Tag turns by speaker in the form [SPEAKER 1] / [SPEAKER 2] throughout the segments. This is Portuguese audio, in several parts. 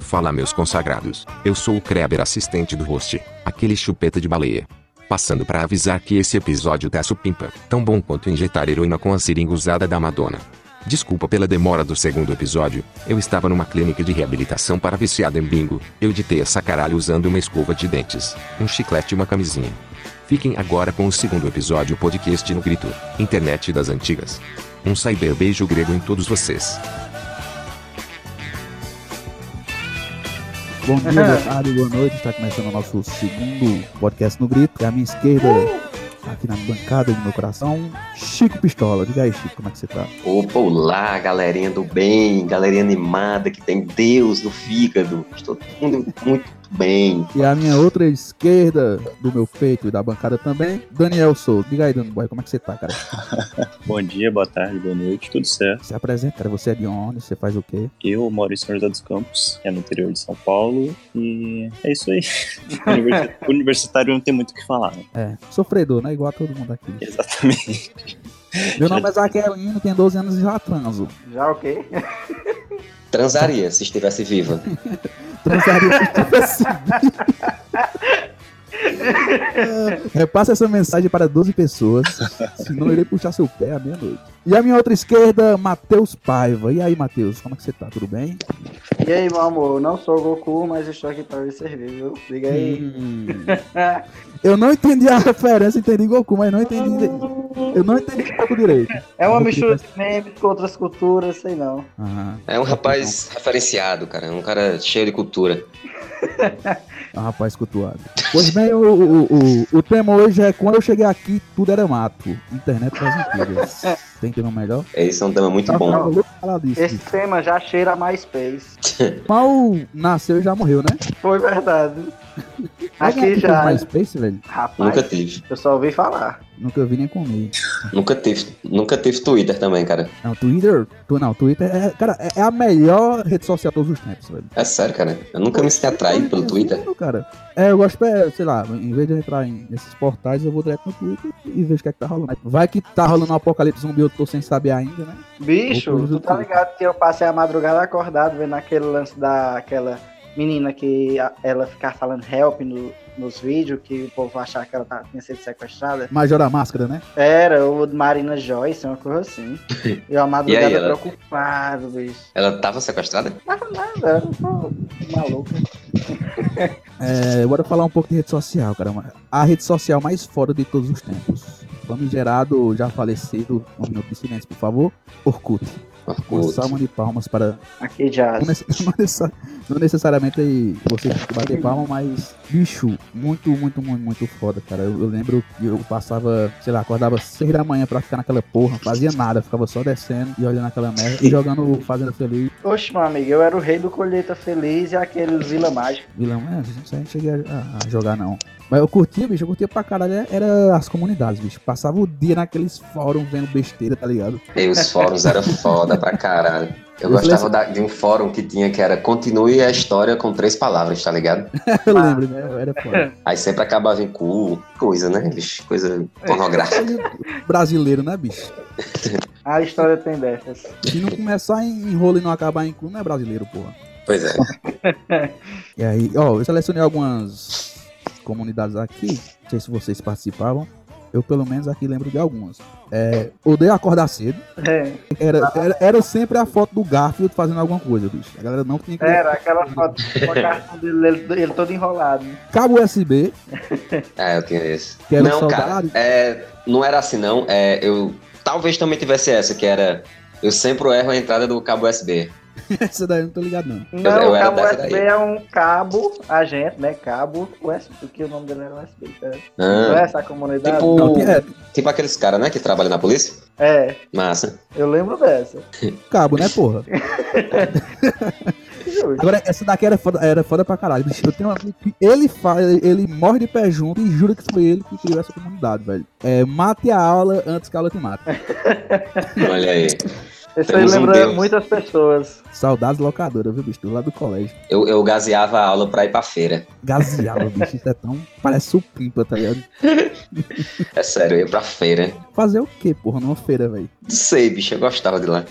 [SPEAKER 1] Fala meus consagrados, eu sou o Kreber assistente do host, aquele chupeta de baleia. Passando para avisar que esse episódio tá supimpa, tão bom quanto injetar heroína com a seringa usada da Madonna. Desculpa pela demora do segundo episódio, eu estava numa clínica de reabilitação para viciado em bingo, eu ditei essa caralho usando uma escova de dentes, um chiclete e uma camisinha. Fiquem agora com o segundo episódio podcast no grito, internet das antigas. Um cyber beijo grego em todos vocês.
[SPEAKER 2] Bom dia, boa tarde, boa noite. Está começando o nosso segundo podcast no Grito. E à minha esquerda, aqui na bancada do meu coração, Chico Pistola. Diga aí, Chico, como é que você tá?
[SPEAKER 3] Opa, olá, galerinha do bem, galerinha animada que tem Deus no fígado. Estou todo mundo muito bem.
[SPEAKER 2] E à minha outra esquerda, do meu peito e da bancada também, Daniel Souza. Diga aí, Daniel Boy, como é que você tá, cara?
[SPEAKER 4] Bom dia, boa tarde, boa noite, tudo certo.
[SPEAKER 2] Se apresenta, cara. Você é de onde? Você faz o quê?
[SPEAKER 4] Eu moro em São José dos Campos, que é no interior de São Paulo, e é isso aí. Universi- Universitário não tem muito o que falar, né?
[SPEAKER 2] É, sofredor, né? Igual a todo mundo aqui.
[SPEAKER 4] Exatamente.
[SPEAKER 2] Meu nome é Zaquelino, tenho 12 anos e já transo.
[SPEAKER 5] Já ok.
[SPEAKER 3] Transaria se estivesse viva.
[SPEAKER 2] Transaria se tivesse vivo. É, Repasse essa mensagem para 12 pessoas, senão eu irei puxar seu pé à meia-noite. E a minha outra esquerda, Matheus Paiva. E aí, Matheus, como é que você tá? Tudo bem?
[SPEAKER 5] E aí, meu amor, eu não sou o Goku, mas estou aqui para lhe servir, viu? Liga aí. É,
[SPEAKER 2] Hum. Eu não entendi a referência, entendi Goku, mas não entendi. Eu não entendi um pouco direito.
[SPEAKER 5] É uma mistura de memes com outras culturas, sei não.
[SPEAKER 2] Aham.
[SPEAKER 3] É um rapaz referenciado, cara. Um cara cheio de cultura.
[SPEAKER 2] É um rapaz cultuado. Pois bem, o, o, o, o tema hoje é quando eu cheguei aqui, tudo era mato. Internet das antigas. Tem tema melhor?
[SPEAKER 3] Esse é um tema muito
[SPEAKER 2] Tava
[SPEAKER 3] bom.
[SPEAKER 2] louco pra falar disso.
[SPEAKER 5] Esse tema já cheira a MySpace.
[SPEAKER 2] Mal nasceu e já morreu, né?
[SPEAKER 5] Foi verdade.
[SPEAKER 2] Alguém
[SPEAKER 5] Aqui
[SPEAKER 2] teve
[SPEAKER 5] já.
[SPEAKER 2] MySpace, velho?
[SPEAKER 5] Rapaz,
[SPEAKER 3] Nunca tive.
[SPEAKER 5] eu só ouvi falar.
[SPEAKER 2] Nunca vi nem comi.
[SPEAKER 3] Nunca tive. Nunca tive Twitter também, cara.
[SPEAKER 2] Não, Twitter. Tu, não, Twitter é. Cara, é é a melhor rede social de todos os tempos, velho.
[SPEAKER 3] É sério, cara. Eu nunca me senti atraído pelo Twitter.
[SPEAKER 2] Não, Cara. É, eu gosto, é, sei lá, em vez de eu entrar em esses portais, eu vou direto no Twitter e vejo o que é que tá rolando. Vai que tá rolando um apocalipse zumbi, eu tô sem saber ainda, né?
[SPEAKER 5] Bicho,
[SPEAKER 2] Goku
[SPEAKER 5] tu tá
[SPEAKER 2] Goku.
[SPEAKER 5] ligado que eu passei a madrugada acordado vendo aquele lance daquela menina que a- ela ficar falando help no- nos vídeos, que o povo achar que ela tá- tinha sido sequestrada.
[SPEAKER 2] Major a máscara, né?
[SPEAKER 5] Era o Marina Joyce, uma coisa assim. E a madrugada
[SPEAKER 3] ela?
[SPEAKER 5] preocupado, bicho.
[SPEAKER 3] Ela tava sequestrada?
[SPEAKER 5] Tava nada, era uma maluca.
[SPEAKER 2] É, bora falar um pouco de rede social, cara. A rede social mais fora de todos os tempos. Famigerado, já falecido, um minuto de silêncio, por favor. Orkut. Uma
[SPEAKER 3] Orkut.
[SPEAKER 2] salva de palmas para.
[SPEAKER 5] Aqui já.
[SPEAKER 2] Não, nece- não necessa- não necessariamente você tem que bater palma, mas. Bicho, muito, muito, muito, muito foda, cara. Eu, eu lembro que eu passava, sei lá, acordava seis da manhã pra ficar naquela porra, não fazia nada, ficava só descendo e olhando aquela merda e jogando Fazenda Feliz.
[SPEAKER 5] Oxe, meu amigo, eu era o rei do Colheita Feliz e aquele Vila Mágica.
[SPEAKER 2] Vilão, é, não sei, não cheguei a, a jogar não. Mas eu curtia, bicho, eu curtia pra caralho. Era as comunidades, bicho. Passava o dia naqueles fóruns vendo besteira, tá ligado?
[SPEAKER 3] E os fóruns eram foda pra caralho. Eu gostava da- de um fórum que tinha que era continue a história com três palavras, tá ligado?
[SPEAKER 2] Eu lembro, né? Eu era foda.
[SPEAKER 3] Aí sempre acabava em cu, coisa, né? Vixe, coisa
[SPEAKER 2] É.
[SPEAKER 3] pornográfica.
[SPEAKER 2] Brasileiro, né, bicho?
[SPEAKER 5] A história tem dessas.
[SPEAKER 2] Se não começar em em rolo e não acabar em cu, não é brasileiro, porra.
[SPEAKER 3] Pois é.
[SPEAKER 2] E aí, ó, eu selecionei algumas comunidades aqui. Não sei se vocês participavam. Eu, pelo menos, aqui lembro de algumas. É, odeio acordar cedo.
[SPEAKER 5] É,
[SPEAKER 2] Era, era, era sempre a foto do Garfield fazendo alguma coisa, bicho. A galera não tinha que...
[SPEAKER 5] era aquela foto com a carta dele, ele, ele todo enrolado.
[SPEAKER 2] Cabo USB,
[SPEAKER 3] Ah, eu tinha esse.
[SPEAKER 2] Quero
[SPEAKER 3] não,
[SPEAKER 2] saudade.
[SPEAKER 3] cara, é, não era assim, não. É, eu talvez também tivesse essa, que era. Eu sempre erro a entrada do cabo USB.
[SPEAKER 2] Essa daí eu não tô ligado, não.
[SPEAKER 5] Não,
[SPEAKER 3] eu
[SPEAKER 5] o
[SPEAKER 3] era
[SPEAKER 5] cabo
[SPEAKER 3] dessa
[SPEAKER 5] USB
[SPEAKER 3] daí.
[SPEAKER 5] é um cabo, a gente, né? Cabo USB, que o nome dele era USB. tá? Não é
[SPEAKER 3] Ah,
[SPEAKER 5] essa a comunidade?
[SPEAKER 3] tipo,
[SPEAKER 2] Não, é,
[SPEAKER 3] tipo aqueles caras, né, que trabalham na polícia.
[SPEAKER 5] É,
[SPEAKER 3] Massa.
[SPEAKER 5] eu lembro dessa.
[SPEAKER 2] cabo, né, porra?
[SPEAKER 5] Justo.
[SPEAKER 2] Agora, essa daqui era foda, era foda pra caralho. Bicho, eu tenho um amigo que ele, fala, ele morre de pé junto e jura que foi ele que criou essa comunidade, velho. É, mate a aula antes que a aula te mate.
[SPEAKER 3] Olha aí.
[SPEAKER 5] Isso aí
[SPEAKER 3] Temos um
[SPEAKER 5] lembra
[SPEAKER 3] Deus.
[SPEAKER 5] muitas pessoas.
[SPEAKER 2] Saudades locadora, viu, bicho? Do lado do colégio.
[SPEAKER 3] Eu, eu gaseava a aula pra ir pra feira.
[SPEAKER 2] Gaseava, bicho. Isso é tão... Parece supimpa, tá ligado?
[SPEAKER 3] É sério, eu ia pra feira.
[SPEAKER 2] Fazer o quê, porra, numa feira, velho?
[SPEAKER 3] Não sei, bicho, eu gostava de lá.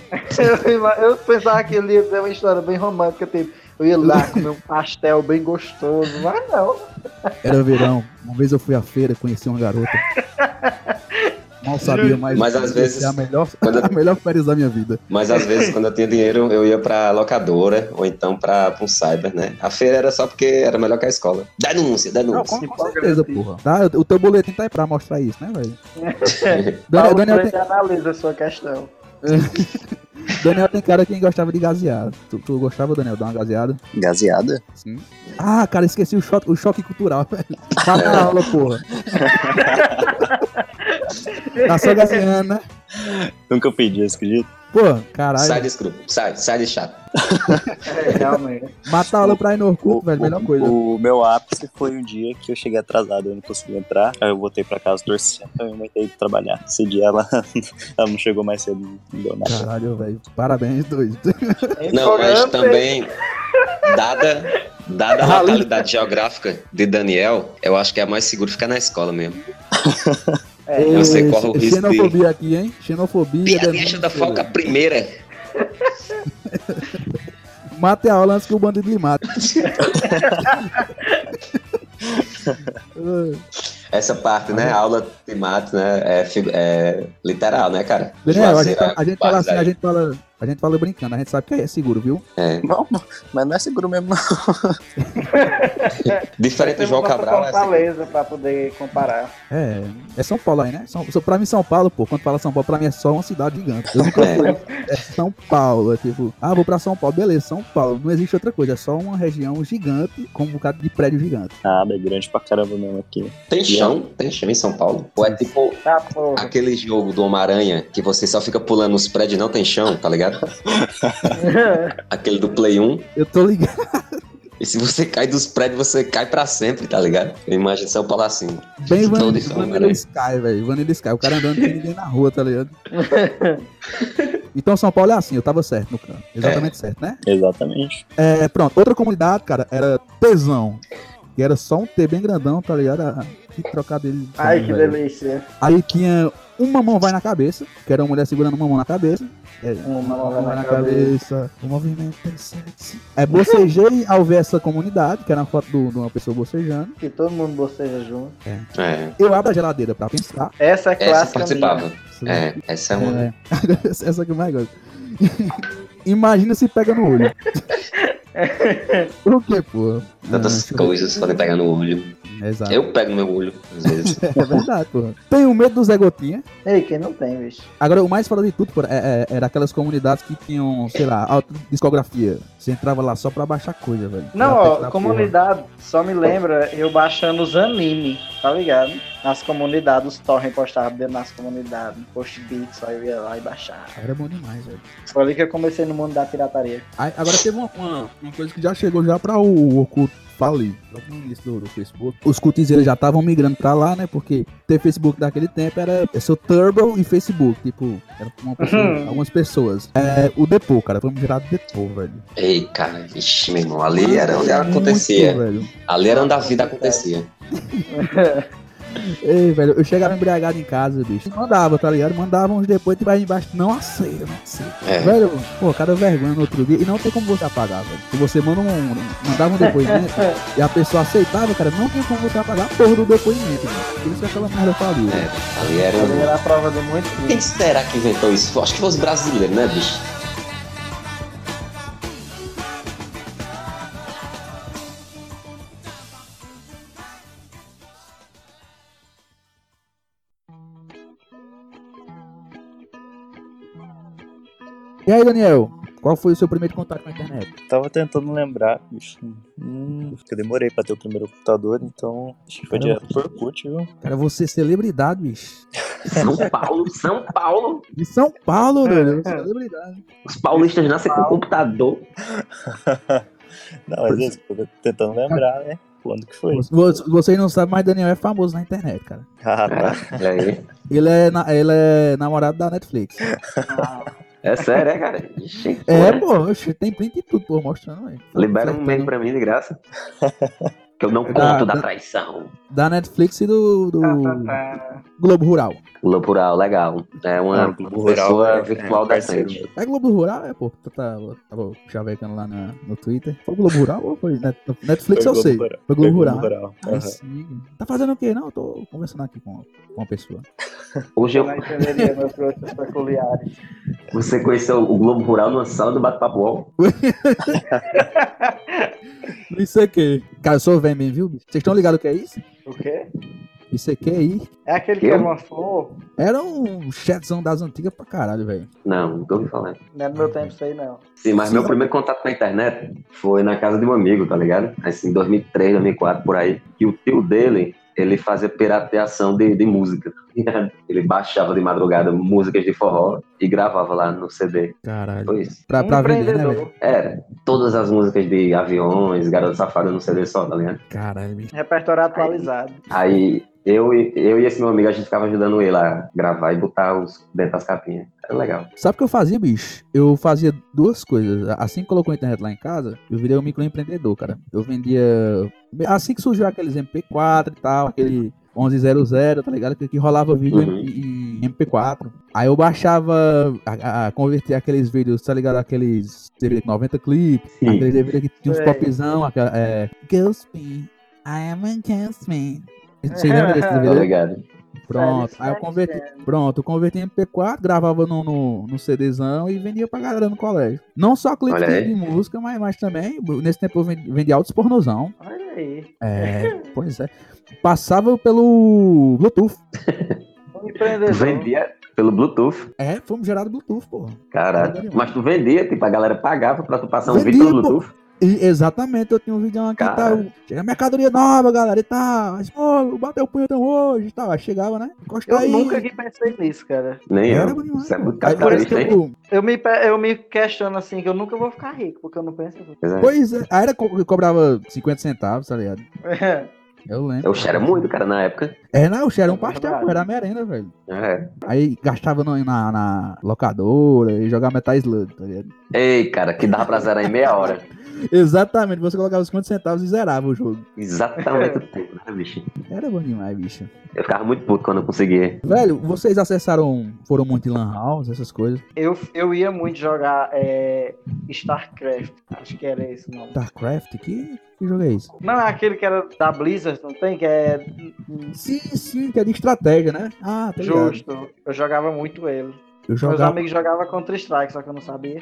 [SPEAKER 5] Eu, ima- eu pensava que ele ia ter uma história bem romântica, tipo, Eu ia lá comer um pastel bem gostoso. Mas não.
[SPEAKER 2] Era verão. Uma vez eu fui à feira, conheci uma garota. Mal sabia, mas,
[SPEAKER 3] Mas às
[SPEAKER 2] essa
[SPEAKER 3] vezes-
[SPEAKER 2] é a melhor,
[SPEAKER 3] quando eu-
[SPEAKER 2] a melhor férias da minha vida.
[SPEAKER 3] Mas às vezes, quando eu tinha dinheiro, eu ia pra locadora ou então pra, pra um cyber, né? A feira era só porque era melhor que a escola. Denúncia,
[SPEAKER 2] Não,
[SPEAKER 3] denúncia.
[SPEAKER 2] com, com certeza, porra. Tá, o teu boletim tá aí pra mostrar isso, né, velho? Daniel,
[SPEAKER 5] Paulo
[SPEAKER 2] Daniel,
[SPEAKER 5] Freire analisa a sua questão.
[SPEAKER 2] tem, Daniel tem cara que gostava de gaseada. Tu, tu gostava, Daniel, de uma gaseada?
[SPEAKER 4] Gaseada?
[SPEAKER 2] Sim. Ah, cara, esqueci o choque, o choque cultural, velho. Tá
[SPEAKER 3] É.
[SPEAKER 2] na aula, porra. Tá só gaseando, né?
[SPEAKER 4] Nunca eu pedi, você acredita?
[SPEAKER 2] Pô, caralho.
[SPEAKER 3] Sai desse grupo, sai, sai de chato.
[SPEAKER 5] É, realmente.
[SPEAKER 2] Mata a aula pra ir no Orkut, velho. Melhor coisa.
[SPEAKER 4] O meu ápice foi um dia que eu cheguei atrasado, eu não consegui entrar. Aí eu voltei pra casa torcendo pra minha mãe ter ido trabalhar. Esse dia ela, ela não chegou mais cedo, não deu nada.
[SPEAKER 2] Caralho, velho. Parabéns, doido.
[SPEAKER 3] Não, mas
[SPEAKER 5] Empolgante.
[SPEAKER 3] também, dada, dada a
[SPEAKER 2] Rali.
[SPEAKER 3] localidade geográfica de Daniel, eu acho que é mais seguro ficar na escola mesmo.
[SPEAKER 5] É,
[SPEAKER 3] Eu sei
[SPEAKER 2] Ei,
[SPEAKER 3] qual o risco de-
[SPEAKER 2] Xenofobia aqui, hein? Xenofobia.
[SPEAKER 3] Piadinha
[SPEAKER 2] denúncia.
[SPEAKER 3] da foca primeira.
[SPEAKER 2] Mate a aula antes que o bandido lhe mate.
[SPEAKER 3] Essa parte, né? Aula de mato, né? É, figu- é literal, né, cara?
[SPEAKER 2] Daniel, a gente,
[SPEAKER 3] Juazeiro,
[SPEAKER 2] a gente fala assim, a
[SPEAKER 3] barbaridade.
[SPEAKER 2] gente fala, a gente fala brincando, a gente sabe que é seguro, viu?
[SPEAKER 3] É.
[SPEAKER 4] Não, mas não é seguro mesmo, não.
[SPEAKER 3] Diferente do
[SPEAKER 5] temos
[SPEAKER 3] João
[SPEAKER 5] nossa
[SPEAKER 3] Cabral, é assim.
[SPEAKER 5] Fortaleza pra poder comparar.
[SPEAKER 2] É, é São Paulo aí, né? São, so- pra mim, São Paulo, pô, quando fala São Paulo, pra mim é só uma cidade gigante. Eu nunca
[SPEAKER 3] É.
[SPEAKER 2] fui. É São Paulo, é tipo, ah, vou pra São Paulo, beleza, São Paulo. Não existe outra coisa, é só uma região gigante com um bocado de prédio gigante.
[SPEAKER 4] Nada, é grande pra caramba mesmo aqui.
[SPEAKER 3] Tem chão, tem chão em São Paulo. Ou é tipo
[SPEAKER 5] Tá, porra.
[SPEAKER 3] aquele jogo do Homem-Aranha que você só fica pulando os prédios e não tem chão, tá ligado? Aquele do Play 1.
[SPEAKER 2] Eu tô ligado.
[SPEAKER 3] E se você cai dos prédios, você cai pra sempre, tá ligado? Eu imagino São Paulo assim.
[SPEAKER 2] Bem Van-
[SPEAKER 3] Todo São
[SPEAKER 2] Vanilla
[SPEAKER 3] Paulo.
[SPEAKER 2] Sky, velho. Vanilla Sky, o cara andando tem ninguém na rua, tá ligado? Então São Paulo é assim, eu tava certo no canto. Exatamente certo, né?
[SPEAKER 4] Exatamente.
[SPEAKER 2] É, pronto. Outra comunidade, cara, era Tesão. E era só um T bem grandão, tá ligado? Ah, Que trocadilho.
[SPEAKER 5] Ai,
[SPEAKER 2] sabe,
[SPEAKER 5] que
[SPEAKER 2] velho?
[SPEAKER 5] delícia.
[SPEAKER 2] Aí tinha um mamão vai na cabeça, que era uma mulher segurando uma mão na cabeça. É,
[SPEAKER 5] Um
[SPEAKER 2] uma
[SPEAKER 5] mamão
[SPEAKER 2] mão vai
[SPEAKER 5] na
[SPEAKER 2] na cabeça. O movimento é sexy. É, bocejei ao ver essa comunidade, que era uma foto do- de uma pessoa bocejando.
[SPEAKER 5] Que todo mundo boceja junto.
[SPEAKER 3] É.
[SPEAKER 2] eu abro a geladeira pra pensar.
[SPEAKER 5] Essa
[SPEAKER 3] Essa
[SPEAKER 5] é
[SPEAKER 3] eu
[SPEAKER 5] clássica minha.
[SPEAKER 3] participava. É, essa é uma.
[SPEAKER 2] É. Essa que eu mais gosto. Imagina se pega no olho. o que, pô?
[SPEAKER 3] Tantas
[SPEAKER 2] Ah,
[SPEAKER 3] coisas podem pegar no olho.
[SPEAKER 2] Exato.
[SPEAKER 3] Eu pego no meu olho, às vezes.
[SPEAKER 2] É verdade, porra. Tenho medo do Zé Gotinha.
[SPEAKER 5] Ei, quem não tem, bicho?
[SPEAKER 2] Agora, o mais fora de tudo, porra, é- é- era aquelas comunidades que tinham, sei lá, alta discografia. Você entrava lá só pra baixar coisa, velho.
[SPEAKER 5] Não,
[SPEAKER 2] Era
[SPEAKER 5] ó,
[SPEAKER 2] apertar,
[SPEAKER 5] comunidade só me lembra eu baixando os anime, tá ligado? Nas comunidades, os torrent postavam dentro nas comunidades, post beats, só eu ia lá e baixava.
[SPEAKER 2] porra. Era bom demais, velho.
[SPEAKER 5] Foi ali que eu comecei no mundo da pirataria.
[SPEAKER 2] Aí, agora teve uma, uma, uma coisa que já chegou já pra o Oculto. Falei, logo no início do, do Facebook. Os cutizeiros já estavam migrando pra lá, né? Porque ter Facebook daquele tempo era é seu Turbo e Facebook. Tipo, era uma pessoa-
[SPEAKER 5] Uhum.
[SPEAKER 2] algumas pessoas. É, o Depô, cara. Vamos gerar Depô, velho.
[SPEAKER 3] Ei, cara, vixi, meu irmão. Ali era onde acontecia.
[SPEAKER 2] Muito, velho.
[SPEAKER 3] Ali era onde a vida acontecia.
[SPEAKER 2] Ei, velho, eu chegava embriagado em casa, bicho. Mandava, tá ligado? Mandava uns depois e vai embaixo. Não aceito, não aceito.
[SPEAKER 3] É.
[SPEAKER 2] Velho, pô, cada vergonha no outro dia. E não tem como você apagar, velho. Se você manda um, um- mandava um depoimento e a pessoa aceitava, cara, não tem como você apagar a porra do depoimento, velho. Por isso que aquela merda faliu.
[SPEAKER 3] É. Ali era.
[SPEAKER 5] Ali era a prova de muito
[SPEAKER 3] Quem será que inventou isso? Acho que foi os brasileiros, né, bicho?
[SPEAKER 2] E aí, Daniel, qual foi o seu primeiro contato com a internet?
[SPEAKER 4] Tava tentando lembrar, bicho. Hum, eu demorei pra ter o primeiro computador, então acho que foi
[SPEAKER 2] Caramba.
[SPEAKER 4] direto pro Orkut, viu?
[SPEAKER 2] Cara, você é celebridade, bicho.
[SPEAKER 3] São Paulo, São Paulo.
[SPEAKER 2] De São Paulo, velho. você é Celebridade.
[SPEAKER 3] Os paulistas nascem com computador.
[SPEAKER 4] Não, às vezes eu tô tentando lembrar, né? Quando que foi?
[SPEAKER 2] Você- Vocês não sabem, mas Daniel é famoso na internet, cara.
[SPEAKER 4] Ah, tá.
[SPEAKER 2] É.
[SPEAKER 3] Olha aí.
[SPEAKER 2] Ele é, na- ele é namorado da Netflix.
[SPEAKER 5] Ah, tá,
[SPEAKER 3] É sério, é, cara? Ixi,
[SPEAKER 2] É,
[SPEAKER 3] pô. um
[SPEAKER 2] pô, oxe, tem print e tudo, pô, mostrando aí.
[SPEAKER 3] Libera um meme pra mim de graça. Que eu não
[SPEAKER 2] Da-
[SPEAKER 3] conto
[SPEAKER 4] Ah,
[SPEAKER 3] da,
[SPEAKER 2] da-
[SPEAKER 3] traição.
[SPEAKER 2] Da Netflix e do, do
[SPEAKER 5] Tá, tá, tá.
[SPEAKER 2] Globo Rural.
[SPEAKER 3] Globo Rural, legal. É uma
[SPEAKER 4] Ah, o Globo Rural
[SPEAKER 3] pessoa
[SPEAKER 4] é- é
[SPEAKER 3] virtual
[SPEAKER 4] um parceiro.
[SPEAKER 3] decente.
[SPEAKER 2] É Globo Rural? É, pô. Tá, tá, tava chavecando lá na- no Twitter. Foi Globo Rural ou foi Net- Netflix?
[SPEAKER 4] Foi
[SPEAKER 2] eu sei.
[SPEAKER 4] Globo Rural.
[SPEAKER 2] Foi Globo Rural.
[SPEAKER 4] Rural.
[SPEAKER 2] Ah, sim. Tá fazendo o quê? Não, eu tô conversando aqui com, com uma pessoa.
[SPEAKER 3] Hoje
[SPEAKER 5] Eu
[SPEAKER 3] eu,
[SPEAKER 5] não entenderia meus gostos peculiares.
[SPEAKER 3] você conheceu o Globo Rural numa sala do Bate-Papo UOL.
[SPEAKER 2] Isso aqui. Cara, eu sou Vemen, viu? bicho? Vocês estão ligados o que é isso?
[SPEAKER 5] O quê?
[SPEAKER 2] Isso aqui aí.
[SPEAKER 5] É aquele que
[SPEAKER 3] Eu?
[SPEAKER 5] era uma flor?
[SPEAKER 2] Era um chatzão das antigas pra caralho, velho.
[SPEAKER 3] Não, nunca ouvi falar.
[SPEAKER 5] Não é do meu tempo isso aí, não.
[SPEAKER 3] Sim, mas
[SPEAKER 2] Sim.
[SPEAKER 3] meu primeiro contato com a internet foi na casa de um amigo, tá ligado? Assim, 2003, 2004, por aí. E o tio dele, ele fazia pirateação de, de música. tá ligado? Ele baixava de madrugada músicas de forró e gravava lá no CD.
[SPEAKER 2] Caralho.
[SPEAKER 3] Foi isso.
[SPEAKER 2] Pra, pra vender, né,
[SPEAKER 5] Um Empreendedor.
[SPEAKER 2] velho?
[SPEAKER 3] Era, É, todas as músicas de aviões, Garoto Safado no CD só, tá ligado?
[SPEAKER 2] Caralho, bicho.
[SPEAKER 5] Repertório atualizado.
[SPEAKER 3] Aí eu, e- eu e esse meu amigo, a gente ficava ajudando ele a gravar e botar os dentro das capinhas. Era legal.
[SPEAKER 2] Sabe o que eu fazia, bicho? Eu fazia duas coisas. Assim que colocou a internet lá em casa, eu virei um microempreendedor, cara. Eu vendia. Assim que surgiu aqueles MP4 e tal, aquele 1100, tá ligado? Que, que rolava vídeo
[SPEAKER 3] Uhum.
[SPEAKER 2] em, em MP4. Aí eu baixava, a, a- convertia aqueles vídeos, tá ligado? Aqueles DVD com 90 clipes,
[SPEAKER 3] Sim.
[SPEAKER 2] aqueles DVD que tinha uns
[SPEAKER 5] Sei.
[SPEAKER 2] popzão, aquela. É, Ghost Man, I am a Ghost Man. Vocês lembram desse
[SPEAKER 3] Tá
[SPEAKER 2] DVD?
[SPEAKER 3] ligado?
[SPEAKER 2] Pronto, aí eu
[SPEAKER 5] Sério,
[SPEAKER 2] converti,
[SPEAKER 5] sério.
[SPEAKER 2] pronto, eu converti em MP4, gravava no, no, no CDzão e vendia pra galera no colégio. Não só clipe
[SPEAKER 3] Olha aí.
[SPEAKER 2] de música, mas, mas também, nesse tempo eu vendi, vendi altos pornozão.
[SPEAKER 5] Olha aí.
[SPEAKER 2] É, pois é. Passava pelo Bluetooth.
[SPEAKER 5] Um empreendedor.
[SPEAKER 3] Vendia pelo Bluetooth.
[SPEAKER 2] É, fomos gerado Bluetooth, porra.
[SPEAKER 3] Caralho. Mas tu vendia, tipo, a galera pagava pra tu passar um
[SPEAKER 2] Vendia,
[SPEAKER 3] vídeo pelo
[SPEAKER 2] pô.
[SPEAKER 3] Bluetooth.
[SPEAKER 2] E exatamente, eu tinha um vídeo aqui, tá,
[SPEAKER 3] Caralho.
[SPEAKER 2] chega mercadoria nova, galera, e tal, mas, pô, bateu o punhetão hoje e tal, aí chegava, né, encostou
[SPEAKER 5] Eu
[SPEAKER 2] aí.
[SPEAKER 5] nunca que pensei nisso, cara.
[SPEAKER 3] Nem
[SPEAKER 2] Era
[SPEAKER 3] eu.
[SPEAKER 2] bom demais,
[SPEAKER 3] Isso é
[SPEAKER 2] pô.
[SPEAKER 3] muito
[SPEAKER 2] Aí, por isso que
[SPEAKER 3] capitalista, hein?
[SPEAKER 2] eu-
[SPEAKER 5] Eu me, pe- eu me questiono assim, que eu nunca vou ficar rico, porque eu não penso nisso.
[SPEAKER 3] Pois é.
[SPEAKER 2] Pois é, aí era, co- cobrava 50 centavos, tá ligado?
[SPEAKER 5] É.
[SPEAKER 2] Eu lembro.
[SPEAKER 3] Eu cheira muito, cara, na época.
[SPEAKER 2] É, não, o cheiro era um
[SPEAKER 5] É
[SPEAKER 2] pastel,
[SPEAKER 5] verdade.
[SPEAKER 2] pô, era merenda, velho.
[SPEAKER 3] É.
[SPEAKER 2] Aí gastava no- na, na locadora e jogava Metal Slug, tá ligado?
[SPEAKER 3] Ei, cara, que dava pra zerar em meia hora.
[SPEAKER 2] Exatamente, você colocava os 50 centavos e zerava o jogo.
[SPEAKER 3] Exatamente o tempo, né, bicho?
[SPEAKER 2] Era bom demais, bicho.
[SPEAKER 3] Eu ficava muito puto quando eu conseguia.
[SPEAKER 2] Velho, vocês acessaram, foram muito em Lan House, essas coisas.
[SPEAKER 5] Eu, eu ia muito jogar é, StarCraft, acho que era esse o nome.
[SPEAKER 2] StarCraft, que, que jogo é esse?
[SPEAKER 5] Não, é aquele que era da Blizzard, não tem? Que é
[SPEAKER 2] Sim, sim, que é de estratégia, né? Ah, tá ligado.
[SPEAKER 5] justo. Eu jogava muito ele.
[SPEAKER 2] Eu
[SPEAKER 5] Meus
[SPEAKER 2] jogava,
[SPEAKER 5] amigos jogavam Counter-Strike, só que eu não sabia.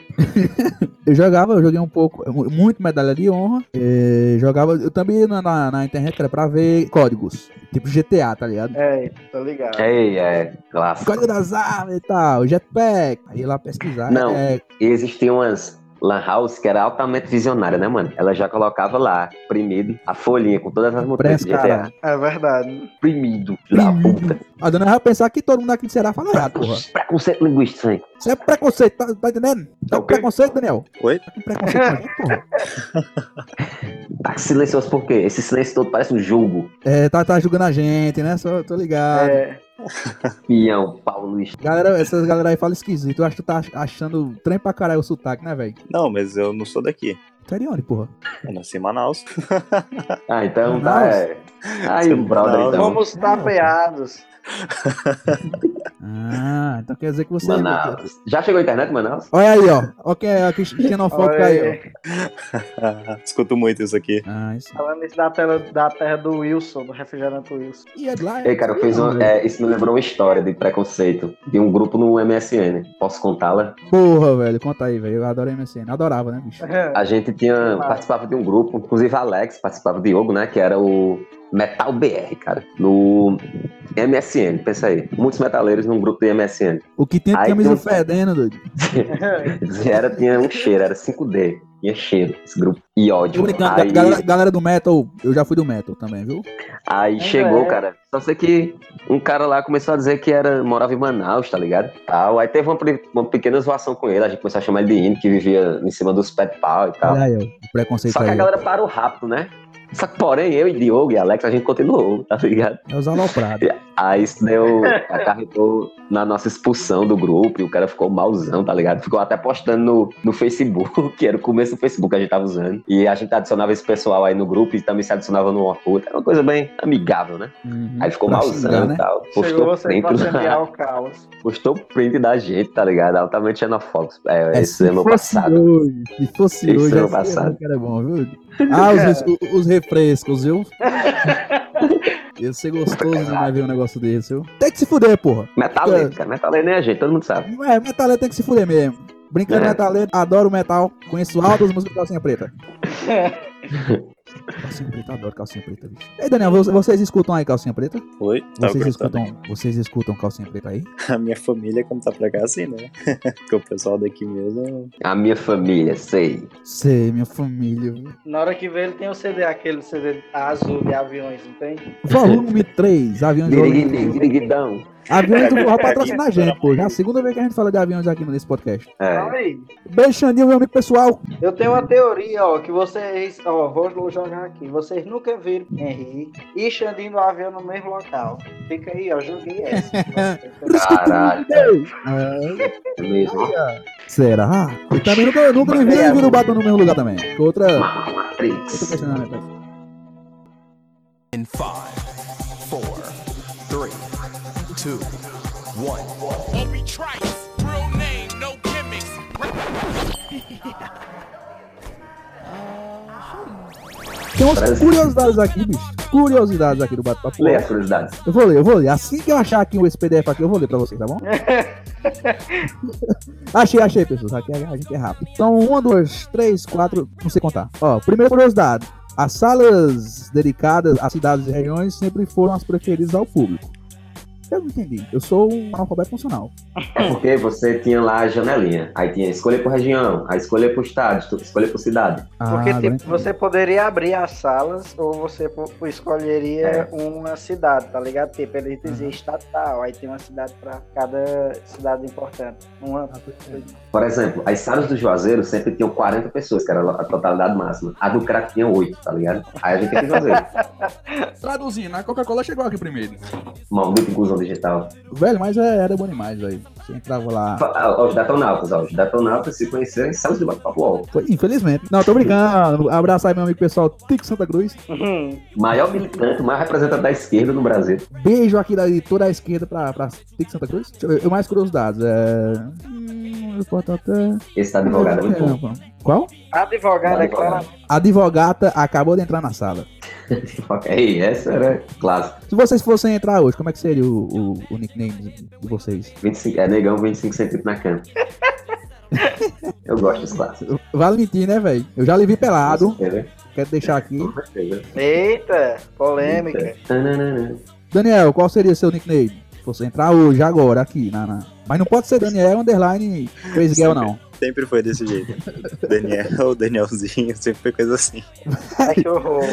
[SPEAKER 2] eu jogava, eu joguei um pouco, mu- muito Medalha de Honra. eh, jogava, eu também ia na, na, na internet era pra ver códigos, tipo GTA, tá ligado?
[SPEAKER 5] É, tá ligado.
[SPEAKER 3] Ei, é clássico.
[SPEAKER 2] Código das armas e tal, jetpack. Aí lá pesquisar.
[SPEAKER 3] Não.
[SPEAKER 2] É,
[SPEAKER 3] E existiam umas lan house que era altamente visionária, né, mano? Ela já colocava lá, imprimido, a folhinha com todas as mudanças de
[SPEAKER 2] Press,
[SPEAKER 3] GTA.
[SPEAKER 5] É verdade.
[SPEAKER 3] Imprimido, filho da
[SPEAKER 2] Imprimido.
[SPEAKER 3] puta.
[SPEAKER 2] Uhum. a dona vai pensar que todo mundo aqui de Ceará fala errado, porra.
[SPEAKER 3] Preconceito linguístico, hein?
[SPEAKER 2] Isso é preconceito, tá, tá entendendo? Tá com
[SPEAKER 3] Ok.
[SPEAKER 2] preconceito, Daniel?
[SPEAKER 4] Oi?
[SPEAKER 2] Tá com preconceito com a gente, porra.
[SPEAKER 3] Tá silencioso por quê? Esse silêncio todo parece um jogo.
[SPEAKER 2] É, tá, tá julgando a gente, né? Só tô ligado.
[SPEAKER 5] É,
[SPEAKER 3] Pião, paulista.
[SPEAKER 2] Galera, essas galera aí falam esquisito. Eu acho que tu tá ach- achando trem pra caralho o sotaque, né, velho?
[SPEAKER 4] Não, mas eu não sou daqui.
[SPEAKER 2] Tu é de onde, porra?
[SPEAKER 4] Eu nasci em Manaus.
[SPEAKER 3] Ah, então tá.
[SPEAKER 2] Manaus?
[SPEAKER 3] É... Aí,
[SPEAKER 4] Manaus.
[SPEAKER 3] brother, então.
[SPEAKER 5] Fomos tapeados.
[SPEAKER 2] Ah, então quer dizer que você é.
[SPEAKER 3] Manaus. Já chegou a internet, em Manaus?
[SPEAKER 2] Olha aí, ó. Ó quem é que xenofóbico
[SPEAKER 5] Olha aí.
[SPEAKER 2] aí, ó.
[SPEAKER 4] Ah, Escuto muito isso aqui.
[SPEAKER 2] Ah, isso.
[SPEAKER 5] Falando isso da, tela, da terra do Wilson, do refrigerante Wilson.
[SPEAKER 2] E é de lá. é-
[SPEAKER 3] Ei, cara, eu fiz um, é, isso me lembrou uma história de preconceito de um grupo no MSN. Posso contá-la?
[SPEAKER 2] Porra, velho. Conta aí, velho. Eu adoro MSN. Adorava, né, bicho?
[SPEAKER 3] A gente tinha participava de um grupo, inclusive Alex participava do Diogo, né? Que era o Metal BR, cara, no MSN. Pensa aí, muitos metaleiros num grupo de MSN.
[SPEAKER 2] O que tem de
[SPEAKER 3] Aí
[SPEAKER 2] camisa
[SPEAKER 3] tem um-
[SPEAKER 2] fedendo, doido.
[SPEAKER 3] Era tinha um cheiro, era 5D, tinha cheiro esse grupo e
[SPEAKER 2] Tô
[SPEAKER 3] ódio.
[SPEAKER 2] brincando, ga-
[SPEAKER 3] Aí,
[SPEAKER 2] Tipo, galera, galera do metal, eu já fui do metal também, viu?
[SPEAKER 3] aí
[SPEAKER 5] Mas
[SPEAKER 3] chegou,
[SPEAKER 5] é.
[SPEAKER 3] cara. Só sei que um cara lá começou a dizer que era morava em Manaus, tá ligado? Tal. Aí teve uma, pre- uma pequena zoação com ele, a gente começou a chamar ele de índio que vivia em cima dos pé de pau e tal.
[SPEAKER 2] Olha aí, ó, o preconceito
[SPEAKER 3] Tá. Só que a
[SPEAKER 2] aí.
[SPEAKER 3] galera parou rápido, né? Só que, porém, eu e Diogo e Alex, a gente continuou, tá ligado?
[SPEAKER 2] É os aloprados.
[SPEAKER 3] Aí isso deu, acarretou na nossa expulsão do grupo e o cara ficou malzão, tá ligado? Ficou até postando no, no Facebook, que era o começo do Facebook que a gente tava usando. E a gente adicionava esse pessoal aí no grupo e também se adicionava no Orkut. Era uma coisa bem amigável, né?
[SPEAKER 2] Uhum.
[SPEAKER 3] Aí ficou
[SPEAKER 2] Pra xingar,
[SPEAKER 3] malzão
[SPEAKER 2] né?
[SPEAKER 3] e tal.
[SPEAKER 5] Chegou
[SPEAKER 3] Postou
[SPEAKER 5] você
[SPEAKER 3] print,
[SPEAKER 5] pra semear
[SPEAKER 3] da,
[SPEAKER 5] o caos.
[SPEAKER 3] postou print da gente, tá ligado? Altamente xenofóbico. É,
[SPEAKER 2] É,
[SPEAKER 3] esse ano
[SPEAKER 2] fosse
[SPEAKER 3] passado.
[SPEAKER 2] Hoje, se fosse
[SPEAKER 3] Esse
[SPEAKER 2] hoje,
[SPEAKER 3] ano
[SPEAKER 2] ia ser
[SPEAKER 3] passado.
[SPEAKER 2] um cara bom, viu? Ah, os, res- o- os refrescos, viu? Ia ser gostoso demais ver um negócio desse, viu? Tem que se fuder, porra.
[SPEAKER 3] Metaleiro, cara. Metaleiro nem a gente, todo mundo sabe.
[SPEAKER 2] É, metaleiro tem que se fuder mesmo. Brincando
[SPEAKER 3] É.
[SPEAKER 2] de metaleiro, adoro metal. Conheço altas músicas de calcinha preta. Calcinha preta, adoro calcinha preta, bicho. Ei, Daniel, vo- vocês escutam aí calcinha preta?
[SPEAKER 4] Oi? Tava
[SPEAKER 2] Vocês
[SPEAKER 4] perguntando.
[SPEAKER 2] escutam, vocês escutam calcinha preta aí?
[SPEAKER 4] A minha família, como tá pra cá, assim, né? Porque o pessoal daqui mesmo.
[SPEAKER 3] A minha família, sei.
[SPEAKER 2] Sei, minha família. viu?
[SPEAKER 5] Na hora que vê, ele tem o CD, aquele CD azul de aviões, não tem?
[SPEAKER 2] Volume 3, avião de
[SPEAKER 3] Dirigui-
[SPEAKER 2] ouro.
[SPEAKER 3] Diriguidão.
[SPEAKER 2] Aviões do Forró patrocina a gente, pô. Já é a segunda vez que a gente fala de aviões aqui nesse podcast.
[SPEAKER 3] É.
[SPEAKER 5] Fala aí.
[SPEAKER 2] Beijandinho, meu amigo pessoal.
[SPEAKER 5] Eu tenho uma teoria, ó, que vocês. Ó, vou jogar aqui. Vocês nunca viram Henrique e Xandinho no avião no mesmo local. Fica aí, ó, joguei essa.
[SPEAKER 3] Caralho.
[SPEAKER 2] Ah,
[SPEAKER 3] É mesmo.
[SPEAKER 2] Será? E também nunca, nunca me vi vir o Batman no mesmo lugar também. Ficou Outra, outro
[SPEAKER 3] Matrix.
[SPEAKER 2] questionamento.
[SPEAKER 6] In five, four, three, two, one. Won't be trice. Real name, no gimmicks.
[SPEAKER 2] Tem umas curiosidades aqui, bicho. Curiosidades aqui do Bate-Papo.
[SPEAKER 3] Lê as curiosidades.
[SPEAKER 2] Eu vou ler, eu vou ler. Assim que eu achar aqui o SPDF aqui, eu vou ler pra vocês, tá bom? achei, achei, pessoas. Aqui a gente é rápido. Então, uma, duas, três, quatro. Não sei contar. Ó, primeira curiosidade. As salas dedicadas a cidades e regiões sempre foram as preferidas ao público. Eu não entendi. Eu sou um analfabeto funcional.
[SPEAKER 3] É porque você tinha lá a janelinha. Aí tinha escolher por região, aí escolher por estado, tu- escolher por cidade.
[SPEAKER 5] Porque
[SPEAKER 2] Ah, agora
[SPEAKER 5] tipo,
[SPEAKER 2] entendi.
[SPEAKER 5] você poderia abrir as salas ou você po- escolheria
[SPEAKER 3] É.
[SPEAKER 5] uma cidade, tá ligado? Tipo, ele dizia estatal, aí tem uma cidade pra cada cidade importante. Uma
[SPEAKER 3] Por exemplo, as salas do Juazeiro sempre tinham 40 pessoas, que era a totalidade máxima. A do Crato tinha 8, tá ligado? Aí a gente tem que fazer.
[SPEAKER 2] Traduzindo, a Coca-Cola chegou aqui primeiro.
[SPEAKER 3] Maldita inclusão digital.
[SPEAKER 2] Velho, mas é, era bom demais, velho. Você entrava lá.
[SPEAKER 3] Fa- ah, Os detonautas, ó. Os detonautas se conheceram em salas de bate-papo. UOL.
[SPEAKER 2] Foi- Infelizmente. Não, tô brincando. Abraçar aí meu amigo pessoal, Tico Santa Cruz.
[SPEAKER 3] é. Maior militante, mais representante da esquerda no Brasil.
[SPEAKER 2] Beijo aqui da editora à esquerda pra, pra Tico Santa Cruz. Deixa eu ver. Mais curiosidades. É. Hum, eu posso até-
[SPEAKER 3] Esse advogado é muito bom.
[SPEAKER 2] Qual?
[SPEAKER 5] Advogado, é claro.
[SPEAKER 2] Advogata acabou de entrar na sala.
[SPEAKER 3] Ei, É, essa era clássica.
[SPEAKER 2] Se vocês fossem entrar hoje, como é que seria o, o, o nickname de, de vocês?
[SPEAKER 3] 25, é negão 25 centímetros na cama. Eu gosto dos clássicos.
[SPEAKER 2] Vale mentir, né, velho? Eu já lhe vi pelado. Quero deixar aqui.
[SPEAKER 5] Eita, polêmica.
[SPEAKER 3] Tananana.
[SPEAKER 2] Daniel, qual seria seu nickname? Se você entrar hoje, agora, aqui. Na, na- Mas não pode ser Daniel Underline Crazy Girl, não.
[SPEAKER 4] Sempre foi desse jeito. Daniel, o Danielzinho, sempre foi coisa assim.
[SPEAKER 2] É
[SPEAKER 5] Ai, que horror.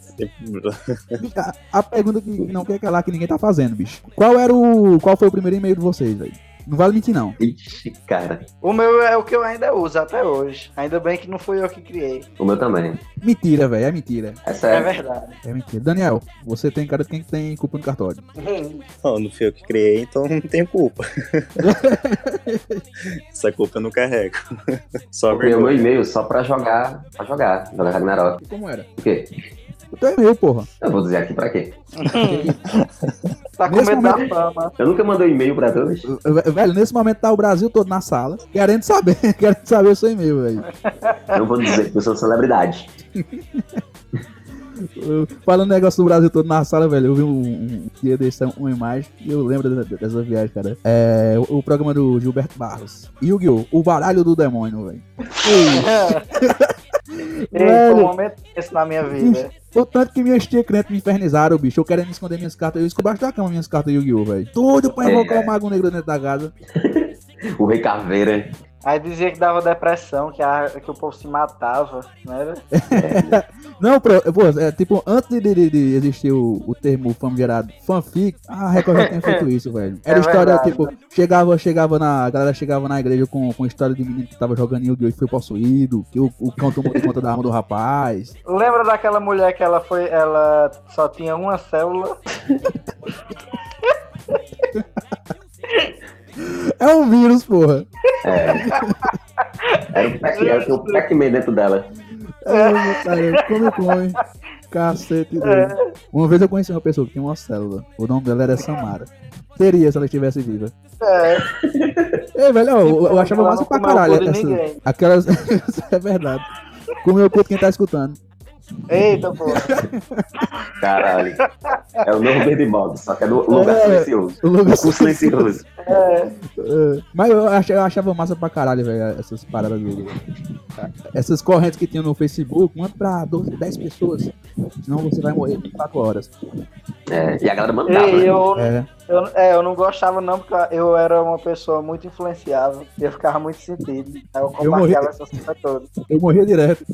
[SPEAKER 4] Sempre-
[SPEAKER 2] A, a pergunta que não quer calar que ninguém tá fazendo, bicho. Qual era o. Qual foi o primeiro e-mail de vocês, velho? Não vale mentir, não.
[SPEAKER 3] Ixi, cara.
[SPEAKER 5] O meu é o que eu ainda uso até hoje. Ainda bem que não fui eu que criei.
[SPEAKER 3] O meu também.
[SPEAKER 2] Mentira, velho. É mentira.
[SPEAKER 3] Essa
[SPEAKER 5] É
[SPEAKER 3] é.
[SPEAKER 5] verdade.
[SPEAKER 2] É mentira. Daniel, você tem cara de quem tem culpa no cartório.
[SPEAKER 4] Não, não fui eu que criei, então não tenho culpa. Essa culpa eu não carrego. Só
[SPEAKER 3] Eu criei o meu
[SPEAKER 4] vergonha.
[SPEAKER 3] e-mail só pra jogar. Pra jogar. Jogar Ragnarok.
[SPEAKER 2] E como era?
[SPEAKER 3] O quê?
[SPEAKER 2] O teu e-mail, porra.
[SPEAKER 3] Eu vou dizer aqui pra quê?
[SPEAKER 5] Tá com
[SPEAKER 2] Nesse
[SPEAKER 5] medo da
[SPEAKER 2] momento-
[SPEAKER 5] fama.
[SPEAKER 3] Eu nunca mandei e-mail pra todos.
[SPEAKER 2] V- Velho, nesse momento tá o Brasil todo na sala, querendo saber, querendo saber o seu e-mail, velho.
[SPEAKER 3] Não vou dizer que eu sou celebridade.
[SPEAKER 2] Eu- Falando um negócio do Brasil todo na sala, velho, eu vi um, um um dia desse, uma imagem, e eu lembro dessa, dessa viagem, cara. É, o, o programa do Gilberto Barros. Yu-Gi-Oh! O baralho do demônio, velho.
[SPEAKER 5] Ei, foi um momento desse na minha vida.
[SPEAKER 2] O tanto que minhas tia crente me infernizaram, bicho. Eu querendo esconder minhas cartas. Eu escondo abaixo da cama É. minhas cartas Yu-Gi-Oh, velho. Tudo pra invocar o Mago Negro dentro da casa.
[SPEAKER 3] O Rei Caveira.
[SPEAKER 5] Aí dizia que dava depressão, que, a, que o povo se matava, não era?
[SPEAKER 2] Não, pô, pô, é, tipo, antes de, de- de existir o, o termo famigerado fanfic, a Record já tinha feito isso, velho. Era
[SPEAKER 5] É
[SPEAKER 2] história,
[SPEAKER 5] verdade.
[SPEAKER 2] tipo, chegava, chegava na. A galera chegava na igreja com, com história de menino que tava jogando Yu-Gi-Oh! e foi possuído, que o, o cão tomou de conta da arma do rapaz.
[SPEAKER 5] Lembra daquela mulher que ela foi. Ela só tinha uma célula?
[SPEAKER 2] É um vírus, porra.
[SPEAKER 3] É. Era o Pac- era o Pac-Man dentro dela.
[SPEAKER 2] É, meu cara, come, come. Cacete dele. Uma vez eu conheci uma pessoa que tinha uma célula. O nome dela era Samara. Teria se ela estivesse viva.
[SPEAKER 5] É.
[SPEAKER 2] É, velho, ó, eu, eu achava
[SPEAKER 5] Ela
[SPEAKER 2] massa
[SPEAKER 5] não
[SPEAKER 2] pra
[SPEAKER 5] comeu o
[SPEAKER 2] caralho.
[SPEAKER 5] cu de
[SPEAKER 2] essa-
[SPEAKER 5] ninguém.
[SPEAKER 2] aquelas. Isso é verdade. Comeu o cu de quem tá escutando.
[SPEAKER 5] Eita, porra.
[SPEAKER 3] Caralho. É o novo Baby Bob, só que é no lugar
[SPEAKER 2] É.
[SPEAKER 3] silencioso.
[SPEAKER 2] O Lucas-
[SPEAKER 3] O silencioso.
[SPEAKER 2] É, Mas eu ach- eu achava massa pra caralho, velho, essas paradas do. Essas correntes que tinha no Facebook, manda pra 12, 10 pessoas. Senão você vai morrer em 4 horas.
[SPEAKER 3] É, e a galera mandava.
[SPEAKER 5] Ei,
[SPEAKER 3] né?
[SPEAKER 5] eu,
[SPEAKER 2] É.
[SPEAKER 5] eu, é, eu não gostava, não, porque eu era uma pessoa muito influenciável. E eu ficava muito sentido. Aí eu
[SPEAKER 2] morri.
[SPEAKER 5] compartilhava essas coisas todas.
[SPEAKER 2] Eu morria direto.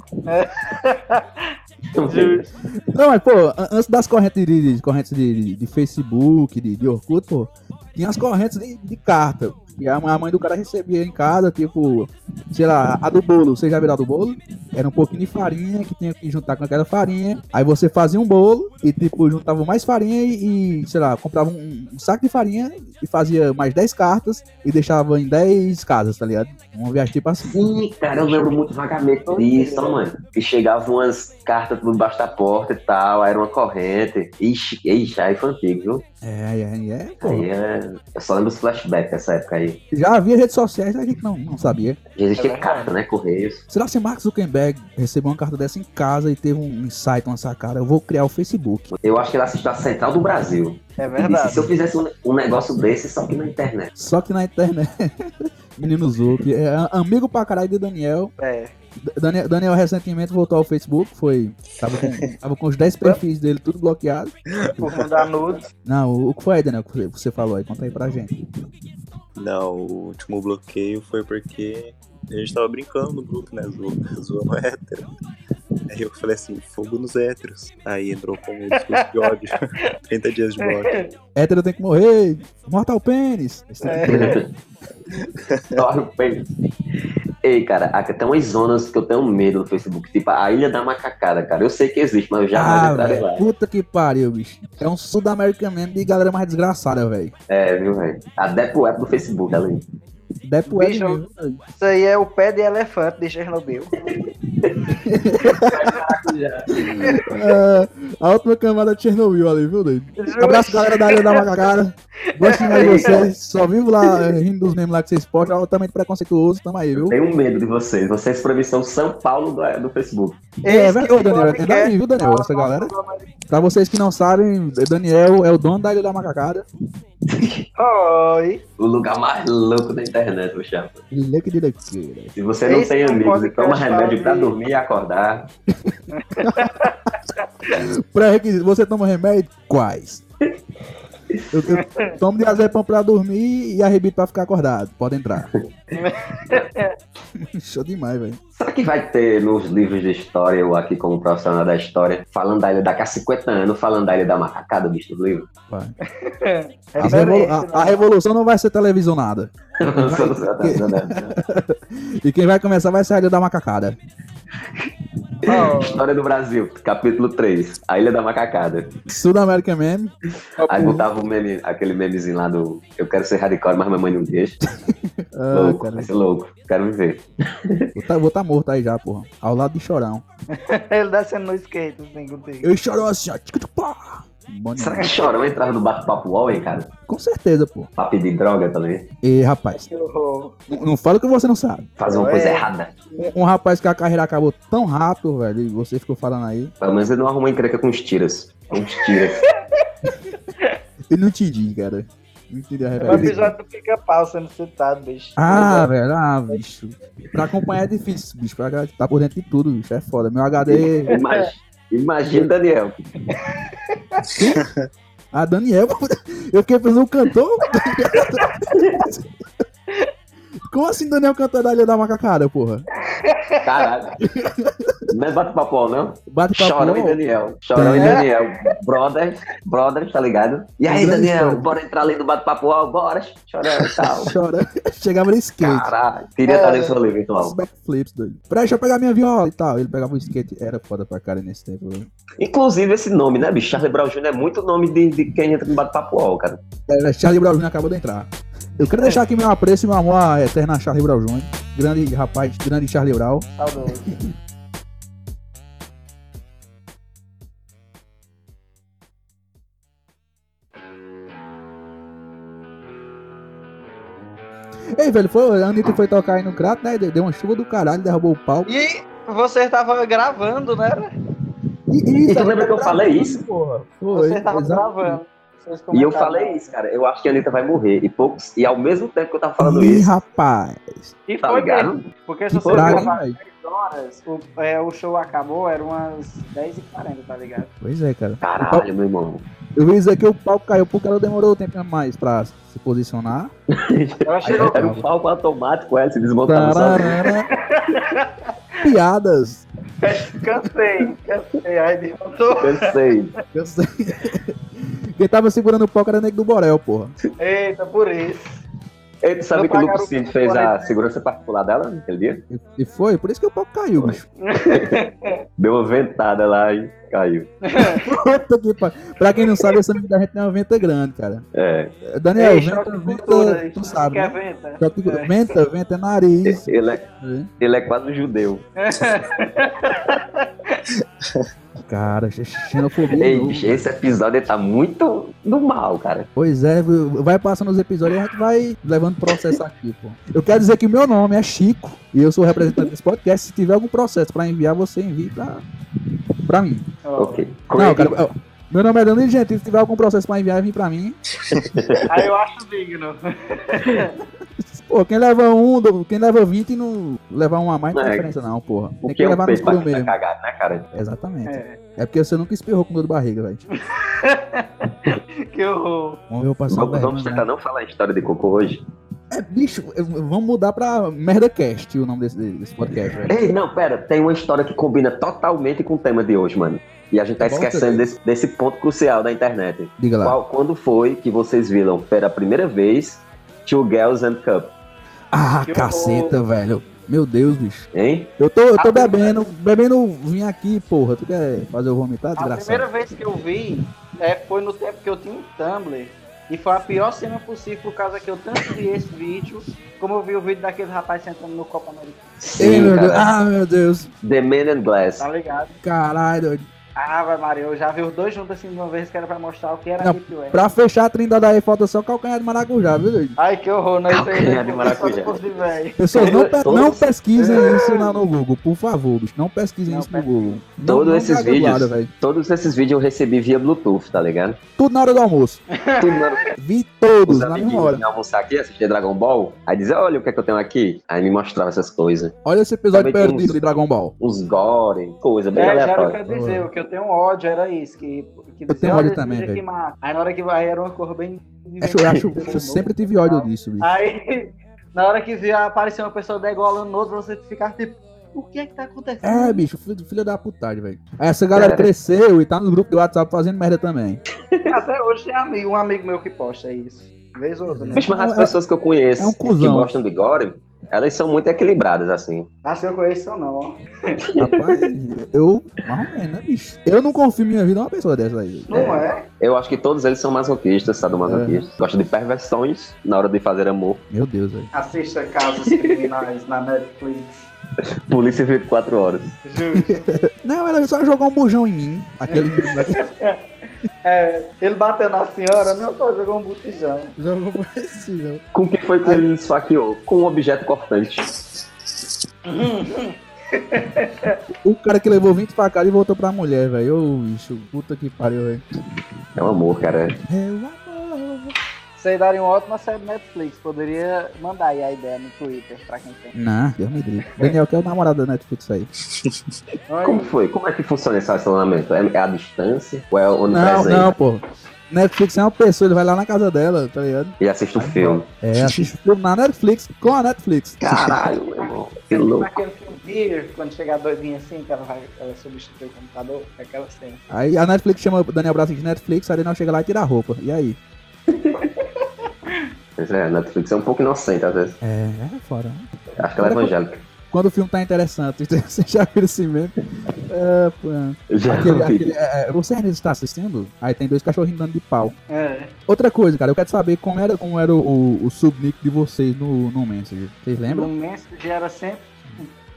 [SPEAKER 3] Então, assim,
[SPEAKER 5] Justo.
[SPEAKER 2] Não, mas, pô, an- antes das correntes de, de- correntes de, de- de Facebook, de, de Orkut, pô, tinha as correntes de, de carta. E a, a mãe do cara recebia em casa, tipo, sei lá, a do bolo. Você já viu a do bolo? Era um pouquinho de farinha que tinha que juntar com aquela farinha. Aí você fazia um bolo e, tipo, juntava mais farinha e, e, sei lá, comprava um, um saco de farinha e fazia mais 10 cartas e deixava em 10 casas, tá ligado? Uma viagem tipo assim.
[SPEAKER 3] Sim, cara, eu lembro muito vagamente disso,
[SPEAKER 5] é.
[SPEAKER 3] ó, mano. Que chegavam umas cartas por debaixo da porta e tal, aí era uma corrente. Ixi, ixi, aí foi antigo, viu?
[SPEAKER 2] É, é, é, pô.
[SPEAKER 3] Aí é... Eu só lembro os flashbacks dessa época aí.
[SPEAKER 2] Já havia redes sociais, a gente não, não sabia.
[SPEAKER 3] Já existia
[SPEAKER 5] É verdade.
[SPEAKER 3] carta, né? Correios.
[SPEAKER 2] Será que se Mark Zuckerberg recebeu uma carta dessa em casa e teve um insight, uma sacada? Eu vou criar o Facebook.
[SPEAKER 3] Eu acho que ele assistiu a Central do Brasil.
[SPEAKER 5] É
[SPEAKER 3] E disse, se
[SPEAKER 5] verdade.
[SPEAKER 3] eu fizesse um, um negócio desse, só que na internet.
[SPEAKER 2] Só que na internet. Menino Zuck, é amigo pra caralho de Daniel.
[SPEAKER 5] É.
[SPEAKER 2] D- Daniel. Daniel recentemente voltou ao Facebook, foi. Tava com, tava com os 10 perfis dele tudo bloqueado.
[SPEAKER 5] Por mandar nudes.
[SPEAKER 2] Não, o, o que foi aí, Daniel, que você falou aí? Conta aí pra gente.
[SPEAKER 4] Não, o último bloqueio foi porque a gente tava brincando no grupo, né? Zoando, zoando hétero. Aí eu falei assim, fogo nos héteros. Aí entrou com o discurso de ódio. 30 dias de ódio.
[SPEAKER 2] Hétero tem que morrer! Mortal pênis! Esse tipo de coisa.
[SPEAKER 3] né? Olha o pênis. Ei, cara, há- tem umas zonas que eu tenho medo no Facebook. Tipo, a Ilha da Macacada, cara. Eu sei que existe, mas eu jamais
[SPEAKER 2] Ah,
[SPEAKER 3] entrarei
[SPEAKER 2] velho,
[SPEAKER 3] lá.
[SPEAKER 2] puta que pariu, bicho. É um sul-americano mesmo de galera mais desgraçada, velho.
[SPEAKER 3] É, viu, velho? A Deep Web do Facebook, ali.
[SPEAKER 2] Depo é
[SPEAKER 5] Bicho,
[SPEAKER 2] mesmo. velho.
[SPEAKER 5] Isso aí é o pé de elefante de Chernobyl.
[SPEAKER 2] É, a última camada de Chernobyl ali, viu, doido? Um Abraço, galera da área da Macagara. Gostinho de vocês. Só vivo lá eh, rindo dos memes lá que vocês postam. Altamente preconceituoso. Tamo aí, viu?
[SPEAKER 3] Tenho medo de vocês. Vocês pra mim são São Paulo do, do Facebook.
[SPEAKER 2] É,
[SPEAKER 5] Esse que
[SPEAKER 2] verdade,
[SPEAKER 5] o
[SPEAKER 2] Daniel.
[SPEAKER 5] homem
[SPEAKER 2] É daí,
[SPEAKER 5] quer.
[SPEAKER 2] viu, Daniel? Essa galera. Pra vocês que não sabem, Daniel é o dono da Ilha da Macacada.
[SPEAKER 5] Oi.
[SPEAKER 3] O lugar mais louco da internet, meu chapa.
[SPEAKER 2] Ilha que direiteira.
[SPEAKER 3] Se você não
[SPEAKER 5] Esse
[SPEAKER 3] tem
[SPEAKER 5] é um
[SPEAKER 3] amigos e
[SPEAKER 5] podcast
[SPEAKER 3] toma remédio pra
[SPEAKER 5] de-
[SPEAKER 3] dormir e acordar,
[SPEAKER 2] Pré-requisito. Você toma remédio? Quais? Eu, eu tomo de azepam pra dormir e arrebito pra ficar acordado. Pode entrar. Show demais, velho.
[SPEAKER 3] será que vai ter nos livros de história, eu aqui como profissional da história, falando da ilha daqui a 50 anos, falando da ilha da macacada, bicho do livro?
[SPEAKER 2] Vai.
[SPEAKER 5] É
[SPEAKER 2] As revolu-
[SPEAKER 5] Referência,
[SPEAKER 2] a, a revolução não vai ser televisionada.
[SPEAKER 3] tá
[SPEAKER 2] E quem vai começar vai ser a Ilha da Macacada.
[SPEAKER 5] né? Oi.
[SPEAKER 3] História do Brasil, capítulo 3, a ilha da macacada.
[SPEAKER 2] Sudamérica Meme.
[SPEAKER 5] Tá
[SPEAKER 3] Aí botava o meme, aquele memezinho lá do Eu quero ser radical, mas minha mãe não deixa.
[SPEAKER 2] Ah,
[SPEAKER 5] tá.
[SPEAKER 3] louco,
[SPEAKER 2] cara,
[SPEAKER 3] vai ser louco, quero viver.
[SPEAKER 2] vou tá, vou tá morto aí já, porra. Ao lado de Chorão.
[SPEAKER 5] Ele descendo no skate, assim, contigo.
[SPEAKER 2] Eu e Chorão assim, ó. Tic, tic, pá. Bom
[SPEAKER 3] Será
[SPEAKER 2] demais.
[SPEAKER 3] que chorão entrava no bate-papo UOL, hein, cara?
[SPEAKER 2] Com certeza, pô.
[SPEAKER 3] Pra pedir droga tá também?
[SPEAKER 2] E, rapaz,
[SPEAKER 5] Que horror.
[SPEAKER 2] n- não fala o que você não sabe.
[SPEAKER 3] Fazer uma
[SPEAKER 5] É.
[SPEAKER 3] coisa errada.
[SPEAKER 2] Um, um rapaz que a carreira acabou tão rápido, velho, e você ficou falando aí.
[SPEAKER 3] Pelo menos eu não arrumou encrenca com os tiras. Com os tiras.
[SPEAKER 2] Eu não entendi, cara. Não entendi a
[SPEAKER 5] É o
[SPEAKER 2] referência.
[SPEAKER 5] episódio do pica-pau sendo citado, bicho.
[SPEAKER 2] Ah, velho, ah, bicho. Pra acompanhar é difícil, bicho. Pra galera que tá por dentro de tudo, bicho. É foda. Meu HD.
[SPEAKER 3] Imagina, imagina Daniel.
[SPEAKER 2] A Daniel, eu fiquei pensando, o cantor? Como assim Daniel canta da Ilha da Macacada, porra?
[SPEAKER 3] Caralho. Não é bate-papo, não?
[SPEAKER 2] Bate papo.
[SPEAKER 3] Chorão e Daniel. Chorão e
[SPEAKER 5] É.
[SPEAKER 3] Daniel. Brothers, brothers, tá ligado? E aí,
[SPEAKER 2] Um grande
[SPEAKER 3] Daniel,
[SPEAKER 2] chorão.
[SPEAKER 3] bora entrar ali no bate-papo, ó, bora. Chorão e tal.
[SPEAKER 2] Chora. Chegava no skate.
[SPEAKER 3] Caralho. Queria
[SPEAKER 5] É.
[SPEAKER 3] estar nesse rolê virtual.
[SPEAKER 2] Os backflips doido. Peraí, deixa eu pegar minha viola e tal. Ele pegava o skate, era foda pra cara nesse tempo. velho.
[SPEAKER 3] Inclusive, esse nome, né, bicho? Charlie Brown Jr. é muito nome de, de quem entra no bate-papo, ó, cara.
[SPEAKER 2] Era É, Charlie Brown Jr. acabou de entrar. Eu quero deixar aqui meu apreço e meu amor à eterna Charlie Brown Jr. Grande rapaz, grande Charlie Brown.
[SPEAKER 5] é Saudoso.
[SPEAKER 2] Ei, velho, foi, a Anitta foi tocar aí no crato, né? Deu uma chuva do caralho, derrubou o palco.
[SPEAKER 5] E você tava gravando, né?
[SPEAKER 2] E, e-
[SPEAKER 5] Então,
[SPEAKER 3] E tu lembra que eu falei isso?
[SPEAKER 2] Porra, foi.
[SPEAKER 5] Você tava
[SPEAKER 2] exato.
[SPEAKER 5] gravando. Vocês
[SPEAKER 3] E eu
[SPEAKER 5] comentaram.
[SPEAKER 3] falei isso, cara. Eu acho que a Anitta vai morrer. E poucos. E ao mesmo tempo que eu tava falando
[SPEAKER 2] Ih,
[SPEAKER 3] isso,
[SPEAKER 2] rapaz.
[SPEAKER 5] E
[SPEAKER 3] tá
[SPEAKER 5] foi
[SPEAKER 3] ligado?
[SPEAKER 5] mesmo. Porque se
[SPEAKER 2] Que
[SPEAKER 5] você
[SPEAKER 2] praga, hein,
[SPEAKER 5] gravar
[SPEAKER 2] velho?
[SPEAKER 5] 10 horas, o, é, o show acabou, era umas 10h40, tá ligado?
[SPEAKER 2] Pois é, cara.
[SPEAKER 3] Caralho, meu irmão.
[SPEAKER 2] Eu vi dizer que o palco caiu porque ela demorou um tempo a mais pra se posicionar.
[SPEAKER 5] Eu achei
[SPEAKER 2] Aí é
[SPEAKER 3] Era
[SPEAKER 2] bravo.
[SPEAKER 3] um palco automático, ela se desmontava sozinha.
[SPEAKER 2] Tararara. Piadas.
[SPEAKER 5] Cansei, cansei. Aí levantou.
[SPEAKER 3] Cansei.
[SPEAKER 2] Eu sei. Quem tava segurando o palco era o Nego do Borel, porra.
[SPEAKER 5] Eita, por isso.
[SPEAKER 3] Ei, tu sabe
[SPEAKER 5] Não
[SPEAKER 3] que o
[SPEAKER 5] pagaram
[SPEAKER 3] Lucas Cid fez a
[SPEAKER 5] 40.
[SPEAKER 3] segurança particular dela naquele dia?
[SPEAKER 2] E- E foi, por isso que o palco caiu, bicho.
[SPEAKER 3] Deu uma ventada lá e caiu.
[SPEAKER 2] Puta que pa- Pra quem não sabe, essa menina da gente tem uma venta grande, cara.
[SPEAKER 3] É,
[SPEAKER 2] Daniel,
[SPEAKER 5] Ei,
[SPEAKER 2] venta,
[SPEAKER 5] choque de cultura,
[SPEAKER 2] venta,
[SPEAKER 5] gente.
[SPEAKER 2] tu sabe,
[SPEAKER 5] Que
[SPEAKER 2] né?
[SPEAKER 5] é venta.
[SPEAKER 2] Choque de-
[SPEAKER 5] É.
[SPEAKER 2] Venta, venta é nariz.
[SPEAKER 3] ele é,
[SPEAKER 2] né?
[SPEAKER 3] ele é quase um judeu.
[SPEAKER 2] Cara, x- xenofobia.
[SPEAKER 3] Ei,
[SPEAKER 2] não.
[SPEAKER 3] bicho, esse episódio tá muito do mal, cara.
[SPEAKER 2] Pois é, viu? vai passando os episódios e a gente vai levando processo aqui, pô. Eu quero dizer que meu nome é Chico e eu sou o representante desse podcast. Se tiver algum processo pra enviar, você envia pra, pra mim.
[SPEAKER 5] Ó,
[SPEAKER 3] Ok.
[SPEAKER 2] Não,
[SPEAKER 3] Craig,
[SPEAKER 2] cara, eu- meu nome é Danilo Gentil. Se tiver algum processo pra enviar, vem pra mim.
[SPEAKER 5] Aí eu acho digno.
[SPEAKER 2] Pô, quem leva um, do- quem leva 20 não levar um a mais não tem
[SPEAKER 3] É,
[SPEAKER 2] diferença, não, porra. Tem
[SPEAKER 3] o que
[SPEAKER 2] que
[SPEAKER 3] é
[SPEAKER 2] levar no
[SPEAKER 3] o peito
[SPEAKER 2] escuro
[SPEAKER 3] pra quem tá
[SPEAKER 2] mesmo.
[SPEAKER 3] cagado, né, cara?
[SPEAKER 2] Exatamente.
[SPEAKER 5] É,
[SPEAKER 2] É porque você nunca espirrou com dor de barriga, velho.
[SPEAKER 5] que horror.
[SPEAKER 2] Vamos ver o passado
[SPEAKER 3] Vamos, vamos tentar não falar a história de cocô hoje?
[SPEAKER 2] É, bicho, eu- vamos mudar pra MerdaCast o nome desse, desse podcast, velho.
[SPEAKER 3] Ei, não, pera. Tem uma história que combina totalmente com o tema de hoje, mano. E a gente tá
[SPEAKER 2] Bota Tá.
[SPEAKER 3] esquecendo desse, desse ponto crucial da internet.
[SPEAKER 2] Diga lá.
[SPEAKER 3] Qual, quando foi que vocês viram pela primeira vez Two Girls and Cup,
[SPEAKER 2] Ah,
[SPEAKER 5] Eu-
[SPEAKER 2] caceta, velho. Meu Deus, bicho.
[SPEAKER 3] hein?
[SPEAKER 2] Eu tô, eu tô
[SPEAKER 5] A primeira-
[SPEAKER 2] bebendo, bebendo vinho aqui, porra. Tu quer fazer eu vomitar,
[SPEAKER 5] A
[SPEAKER 2] desgraçado?
[SPEAKER 5] primeira vez que eu vi é, foi no tempo que eu tinha um Tumblr. E foi a pior cena possível por causa que eu tanto vi esse vídeo, como eu vi o vídeo daquele rapaz sentando no copo americano,
[SPEAKER 2] Ei,
[SPEAKER 3] Sim,
[SPEAKER 2] meu Deus.
[SPEAKER 3] cara.
[SPEAKER 2] Ah, meu Deus.
[SPEAKER 3] The Man and Glass.
[SPEAKER 5] tá ligado?
[SPEAKER 2] Caralho. doido.
[SPEAKER 5] Ah, vai Maria, eu já vi os dois juntos assim de uma vez que era pra mostrar o que é. era
[SPEAKER 2] Não,
[SPEAKER 5] Deep Web.
[SPEAKER 2] Pra fechar a trindade aí, falta só calcanhar de maracujá, viu, doido?
[SPEAKER 5] Ai, que horror, não é isso aí.
[SPEAKER 3] Calcanhar
[SPEAKER 5] não.
[SPEAKER 3] Ah, de maracujá.
[SPEAKER 5] Só se fosse, velho.
[SPEAKER 2] Pessoas, não, pe-
[SPEAKER 3] Todos-
[SPEAKER 2] não pesquisem isso lá no Google, por favor, bicho. Não pesquisem
[SPEAKER 5] Não
[SPEAKER 2] isso no Google. Não-
[SPEAKER 3] Todos
[SPEAKER 2] não
[SPEAKER 3] esses
[SPEAKER 2] caga do lado,
[SPEAKER 3] vídeos.
[SPEAKER 2] velho.
[SPEAKER 3] Todos esses vídeos eu recebi via Bluetooth, tá ligado?
[SPEAKER 2] Tudo na hora do almoço.
[SPEAKER 3] Tudo na-
[SPEAKER 2] Vi todos
[SPEAKER 3] os
[SPEAKER 2] na mesma
[SPEAKER 3] amiguinhos né?
[SPEAKER 2] hora.
[SPEAKER 3] vinham almoçar aqui, assistir Dragon Ball. Aí dizia, olha o que é que eu tenho aqui. Aí me mostrava essas coisas.
[SPEAKER 2] Olha esse episódio
[SPEAKER 3] Também tem
[SPEAKER 2] perdido
[SPEAKER 3] uns-
[SPEAKER 2] de Dragon Ball.
[SPEAKER 3] Uns gore, coisa bem
[SPEAKER 5] É, já era o que
[SPEAKER 3] aleatória.
[SPEAKER 5] eu ia dizer, o que eu tenho ódio era isso. Que, que
[SPEAKER 2] Eu tenho
[SPEAKER 5] "Olha,
[SPEAKER 2] ódio
[SPEAKER 5] esse
[SPEAKER 2] também,
[SPEAKER 5] vídeo aqui
[SPEAKER 2] velho.
[SPEAKER 5] mata." Aí na hora que vai, era uma cor bem.
[SPEAKER 2] Acho, eu acho, eu sempre tive ódio disso, bicho.
[SPEAKER 5] Aí, na hora que via aparecer uma pessoa degolando no outro, você ficava tipo, o que é que tá acontecendo?
[SPEAKER 2] É, bicho, filho, filho da putagem, velho. Aí Essa galera cresceu e tá no grupo do WhatsApp fazendo merda também.
[SPEAKER 5] Até hoje tem amigo, um amigo meu que posta isso. Vez ou outra, né?
[SPEAKER 3] Bicho, mas as
[SPEAKER 2] É um-
[SPEAKER 3] pessoas que eu conheço
[SPEAKER 2] é um
[SPEAKER 3] que
[SPEAKER 2] cuzão.
[SPEAKER 3] gostam de gore, elas são muito equilibradas, assim.
[SPEAKER 5] Acho que eu conheço ou não, ó.
[SPEAKER 2] Rapaz, eu. Mais ou menos, né, bicho? Eu não confio minha vida numa pessoa dessa aí.
[SPEAKER 5] Não é?
[SPEAKER 3] Eu acho que todos eles são masoquistas,
[SPEAKER 2] É.
[SPEAKER 3] sadomasoquistas. Gostam de perversões na hora de fazer amor.
[SPEAKER 2] Meu Deus, velho.
[SPEAKER 5] Assista casos criminais na Netflix.
[SPEAKER 3] Polícia 24 horas.
[SPEAKER 5] Justo.
[SPEAKER 2] Não, ela só jogou um bujão em mim. Aquele.
[SPEAKER 5] É, ele bateu na senhora, não só jogou um botijão.
[SPEAKER 2] jogou um por esse, não.
[SPEAKER 3] Com o que foi que ele esfaqueou? Com um objeto cortante.
[SPEAKER 2] O cara que levou 20 facadas e voltou pra mulher, velho. Ô, bicho, puta que pariu, velho.
[SPEAKER 3] É um amor, cara.
[SPEAKER 2] É o amor.
[SPEAKER 5] Vocês darem uma ótima série Netflix. Poderia mandar aí a ideia no Twitter pra quem tem.
[SPEAKER 2] Não, Deus me livre. Daniel, que é o namorado da Netflix aí.
[SPEAKER 5] Olha,
[SPEAKER 3] Como foi? Como é que funciona esse relacionamento? É é à distância? Ou é
[SPEAKER 2] Não,
[SPEAKER 3] onipresente?
[SPEAKER 2] não, pô. Netflix é uma pessoa, ele vai lá na casa dela, tá ligado?
[SPEAKER 3] E assiste o filme.
[SPEAKER 2] É, assiste filme na Netflix, com a Netflix.
[SPEAKER 3] Caralho, meu irmão. Que louco.
[SPEAKER 5] Naquele é filme Dear, quando chegar doidinha assim, que ela vai ela substitui o computador, é aquela cena.
[SPEAKER 2] Aí a Netflix chama o Daniel Brasil de Netflix, aí não chega lá e tira a roupa. E aí?
[SPEAKER 3] Pois é, a Netflix é um pouco inocente às vezes.
[SPEAKER 2] É, é fora. né?
[SPEAKER 3] Acho que ela é evangélica.
[SPEAKER 2] Quando o filme tá interessante, você já vira assim mesmo. É, pô.
[SPEAKER 3] Já
[SPEAKER 2] Aquele-
[SPEAKER 3] vi.
[SPEAKER 2] aquele- é, você ainda está assistindo? Aí tem dois cachorrinhos dando de pau.
[SPEAKER 5] É.
[SPEAKER 2] Outra coisa, cara, eu quero saber como era, como era o, o subnick de vocês no, no Messenger. Vocês
[SPEAKER 5] No
[SPEAKER 3] É
[SPEAKER 2] lembram?
[SPEAKER 5] Messenger era sempre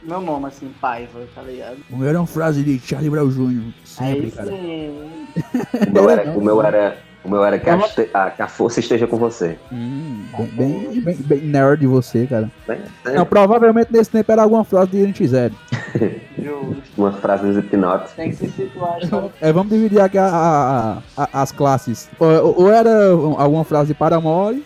[SPEAKER 5] meu nome, assim, Paiva, tá ligado?
[SPEAKER 2] O meu era uma frase de Charlie Brown Jr. Sempre,
[SPEAKER 5] Aí
[SPEAKER 2] cara.
[SPEAKER 5] sim.
[SPEAKER 3] Tipo, O meu era,
[SPEAKER 2] Não.
[SPEAKER 3] o meu era, o meu era que, a,
[SPEAKER 5] Não.
[SPEAKER 3] este- a- que a força esteja com você.
[SPEAKER 2] Hum, bem, bem, bem, bem nerd você, cara.
[SPEAKER 3] Né?
[SPEAKER 2] Não, provavelmente nesse tempo era alguma frase de Irene Zero.
[SPEAKER 5] Justo.
[SPEAKER 3] Uma frase dos hipnotes.
[SPEAKER 5] Tem que se situar. Então,
[SPEAKER 2] É, vamos dividir aqui a- a- a- as classes. Ou, ou era alguma frase de Paramore,